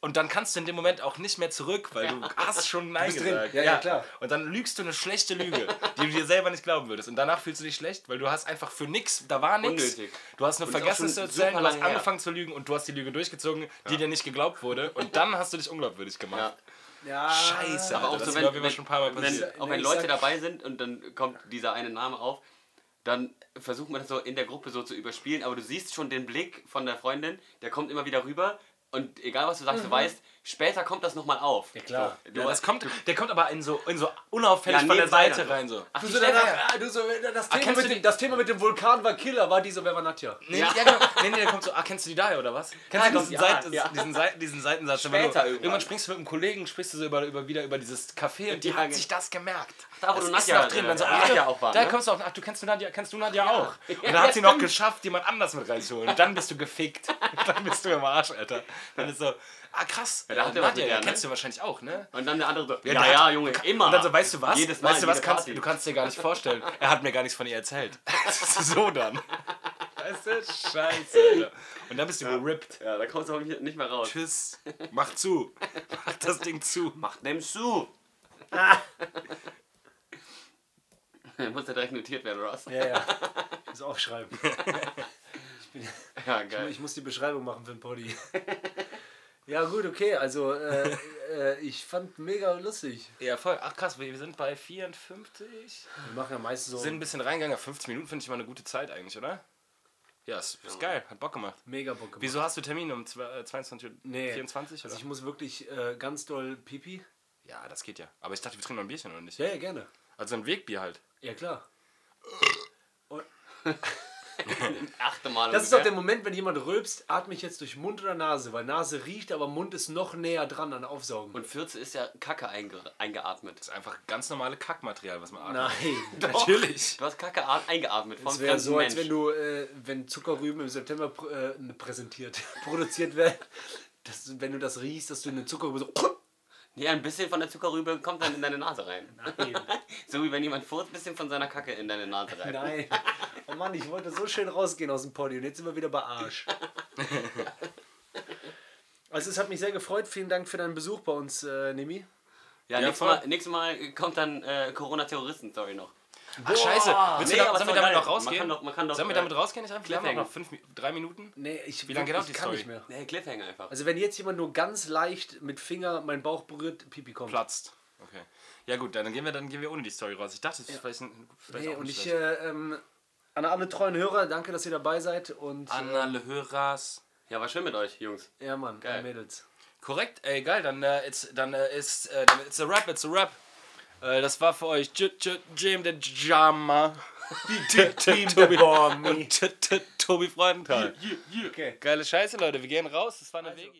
Speaker 3: und dann kannst du in dem Moment auch nicht mehr zurück, weil du hast schon Nein
Speaker 2: bist drin.
Speaker 3: gesagt.
Speaker 2: Ja, ja, klar.
Speaker 3: Und dann lügst du eine schlechte Lüge, die du dir selber nicht glauben würdest. Und danach fühlst du dich schlecht, weil du hast einfach für nichts, da war nichts.
Speaker 4: Unnötig.
Speaker 3: Du hast eine
Speaker 4: ist auch
Speaker 3: vergessen
Speaker 4: schon
Speaker 3: zu erzählen,
Speaker 4: super
Speaker 3: du hast
Speaker 4: lange her.
Speaker 3: angefangen zu lügen und du hast die Lüge durchgezogen, die dir nicht geglaubt wurde. Und dann hast du dich unglaubwürdig gemacht.
Speaker 4: Ja.
Speaker 2: Ja,
Speaker 3: Scheiße,
Speaker 4: Aber auch
Speaker 3: das
Speaker 4: so,
Speaker 3: ist,
Speaker 4: wenn,
Speaker 3: glaub ich,
Speaker 4: wenn,
Speaker 3: mir schon ein paar Mal passiert.
Speaker 4: wenn, auch wenn
Speaker 2: Nee, ich
Speaker 4: Leute
Speaker 2: sag-
Speaker 4: dabei sind und dann kommt dieser eine Name auf, dann versucht man das so in der Gruppe so zu überspielen, aber du siehst schon den Blick von der Freundin, der kommt immer wieder rüber und egal was du sagst, du weißt, später kommt das nochmal auf.
Speaker 2: Ja, klar.
Speaker 4: So, du
Speaker 3: Mhm. Ja, das
Speaker 4: hast-
Speaker 3: kommt, der kommt aber in so, in so unauffällig
Speaker 4: Ja,
Speaker 3: von der
Speaker 4: nebenbei
Speaker 3: Seite
Speaker 4: dann.
Speaker 3: rein. So.
Speaker 4: Ach,
Speaker 2: Du
Speaker 4: die
Speaker 2: so
Speaker 4: Steffi-
Speaker 2: danach, ah, du so, das, Thema mit
Speaker 3: kennst du
Speaker 2: dem,
Speaker 3: die-
Speaker 2: das Thema mit dem Vulkan war Killer, war dieser, wer war Nadja?
Speaker 3: Nee, ja. genau. nee, nee, der kommt so, ah, kennst du die daher oder was? Kennst
Speaker 4: Ja,
Speaker 3: du diesen,
Speaker 4: ja,
Speaker 3: Seiten,
Speaker 4: ja.
Speaker 3: diesen, Seiten, diesen Seitensatz? wenn
Speaker 4: Später
Speaker 3: du, irgendwann.
Speaker 4: irgendwann.
Speaker 3: springst du mit einem Kollegen, sprichst du so über, über, wieder über dieses Café und die
Speaker 4: Ja,
Speaker 3: hat
Speaker 4: genau.
Speaker 3: sich das gemerkt.
Speaker 4: da, wo
Speaker 3: das
Speaker 4: du
Speaker 3: ist
Speaker 4: Nadja
Speaker 3: noch drin. Dann so,
Speaker 4: drin-
Speaker 3: ach,
Speaker 4: Nadja
Speaker 3: ja,
Speaker 4: auch war,
Speaker 3: da
Speaker 4: ne?
Speaker 3: kommst du auch, ach, du kennst du Nadja, kennst du Nadja auch. Und dann
Speaker 4: Ja,
Speaker 3: hat sie noch
Speaker 4: stimmt.
Speaker 3: geschafft, jemand anders mit reinzuholen. Und dann bist du gefickt. Und dann bist du im Arsch, Alter. Dann ist so, ah, krass,
Speaker 4: da
Speaker 3: äh,
Speaker 4: hat er was mit
Speaker 3: Nadja,
Speaker 4: der,
Speaker 3: ja,
Speaker 4: ne?
Speaker 3: kennst du wahrscheinlich auch, ne?
Speaker 4: Und dann der andere so, ja,
Speaker 3: der
Speaker 4: ja,
Speaker 3: hat-
Speaker 4: Junge, immer.
Speaker 3: Und dann so, Also weißt du was?
Speaker 4: Jedes Mal,
Speaker 3: weißt du was,
Speaker 4: jede
Speaker 3: kannst,
Speaker 4: Party.
Speaker 3: du kannst dir gar nicht vorstellen. Er hat mir gar nichts von ihr erzählt. so dann. Weißt du, scheiße, Alter. Und dann bist du gerippt.
Speaker 4: Ja, da kommst du auch nicht nicht mehr raus.
Speaker 3: Tschüss. Mach zu. Mach das Ding zu.
Speaker 4: Macht nämlich zu. Muss ja direkt notiert werden, oder was?
Speaker 2: Ja, ja. Ich muss aufschreiben.
Speaker 4: Ja, geil.
Speaker 2: Ich muss die Beschreibung machen für den Poddy. Ja, gut, okay, also äh, äh, ich fand mega lustig.
Speaker 3: Ja, voll. Ach krass, wir wir sind bei 54.
Speaker 2: Wir machen ja meistens so
Speaker 3: Sind ein bisschen reingegangen. 15 Minuten finde ich mal eine gute Zeit eigentlich, oder? Ja, ist, ist geil. Hat Bock gemacht.
Speaker 2: mega Bock gemacht.
Speaker 3: Wieso hast du Termin um zwei- äh, 22 Uhr?
Speaker 2: Nee.
Speaker 3: 24?
Speaker 2: Also
Speaker 3: Oder?
Speaker 2: ich muss wirklich äh, ganz doll pipi.
Speaker 3: Ja, das geht ja. Aber ich dachte, wir trinken noch ein Bierchen oder nicht?
Speaker 2: Ja, ja, gerne.
Speaker 3: Also ein Wegbier halt.
Speaker 2: Ja, klar.
Speaker 4: Achte Mal.
Speaker 2: Das ist doch der Moment, wenn jemand rülpst, atme ich jetzt durch Mund oder Nase, weil Nase riecht, aber Mund ist noch näher dran an Aufsaugen.
Speaker 4: Und Fürze ist ja Kacke einge eingeatmet.
Speaker 3: ist einfach ganz normale Kackmaterial, was man atmet.
Speaker 2: Nein.
Speaker 3: Natürlich.
Speaker 4: Du hast Kacke a- eingeatmet vom
Speaker 2: Das wäre
Speaker 4: fremden
Speaker 2: so, als wenn
Speaker 4: Mensch.
Speaker 2: du, äh, wenn Zuckerrüben im September pr äh, präsentiert, produziert werden, dass, du- wenn du das riechst, dass du eine Zuckerrübe so.
Speaker 4: Ja, ein bisschen von der Zuckerrübe kommt dann in deine Nase rein. So wie wenn jemand furzt, ein bisschen von seiner Kacke in deine Nase rein.
Speaker 2: Nein. Oh Mann, ich wollte so schön rausgehen aus dem Podium. Jetzt sind wir wieder bei Arsch. Also es hat mich sehr gefreut. Vielen Dank für deinen Besuch bei uns, äh, Nimi.
Speaker 4: Ja,
Speaker 3: Ja,
Speaker 4: nächstes,
Speaker 3: voll.
Speaker 4: mal, nächstes Mal kommt dann äh, Corona-Terroristen-Story noch.
Speaker 3: Ach, scheiße. Willst du da,
Speaker 4: Nee,
Speaker 3: sollen
Speaker 4: aber ist doch
Speaker 3: wir damit
Speaker 4: geil.
Speaker 3: noch rausgehen?
Speaker 4: Man kann doch- man kann doch,
Speaker 3: sollen wir
Speaker 4: äh,
Speaker 3: damit rausgehen? Ich hab- Wir haben noch
Speaker 4: Cliffhanger.
Speaker 3: fünf, Mi- drei Minuten.
Speaker 2: Nee, ich,
Speaker 3: Wie lange geht
Speaker 2: ich
Speaker 3: auch die
Speaker 2: kann
Speaker 3: Story?
Speaker 2: nicht mehr.
Speaker 4: Nee, Cliffhanger einfach.
Speaker 2: Also wenn jetzt jemand nur ganz leicht mit Finger meinen Bauch berührt, Pipi kommt.
Speaker 3: Platzt. Okay. Ja gut, dann gehen wir, dann gehen wir ohne die Story raus. Ich dachte, es ist vielleicht ein... Vielleicht
Speaker 2: Nee,
Speaker 3: auch
Speaker 2: und
Speaker 3: nicht
Speaker 2: ich,
Speaker 3: schlecht.
Speaker 2: äh, ähm, an alle treuen Hörer, danke, dass ihr dabei seid. Und
Speaker 3: An alle Hörers.
Speaker 4: Ja, war schön mit euch, Jungs.
Speaker 2: äh, ja, Mann,
Speaker 3: Geil.
Speaker 2: alle Mädels.
Speaker 3: Korrekt, ey, geil, dann, äh, it's, dann äh, ist, äh, dann it's a rap, it's a rap. Äh, das war für euch J J Jim der Jammer. Team Tobi und T- T- Tobi Freudenthal.
Speaker 2: Okay.
Speaker 3: Geile Scheiße, Leute, wir gehen raus, das war eine Wege.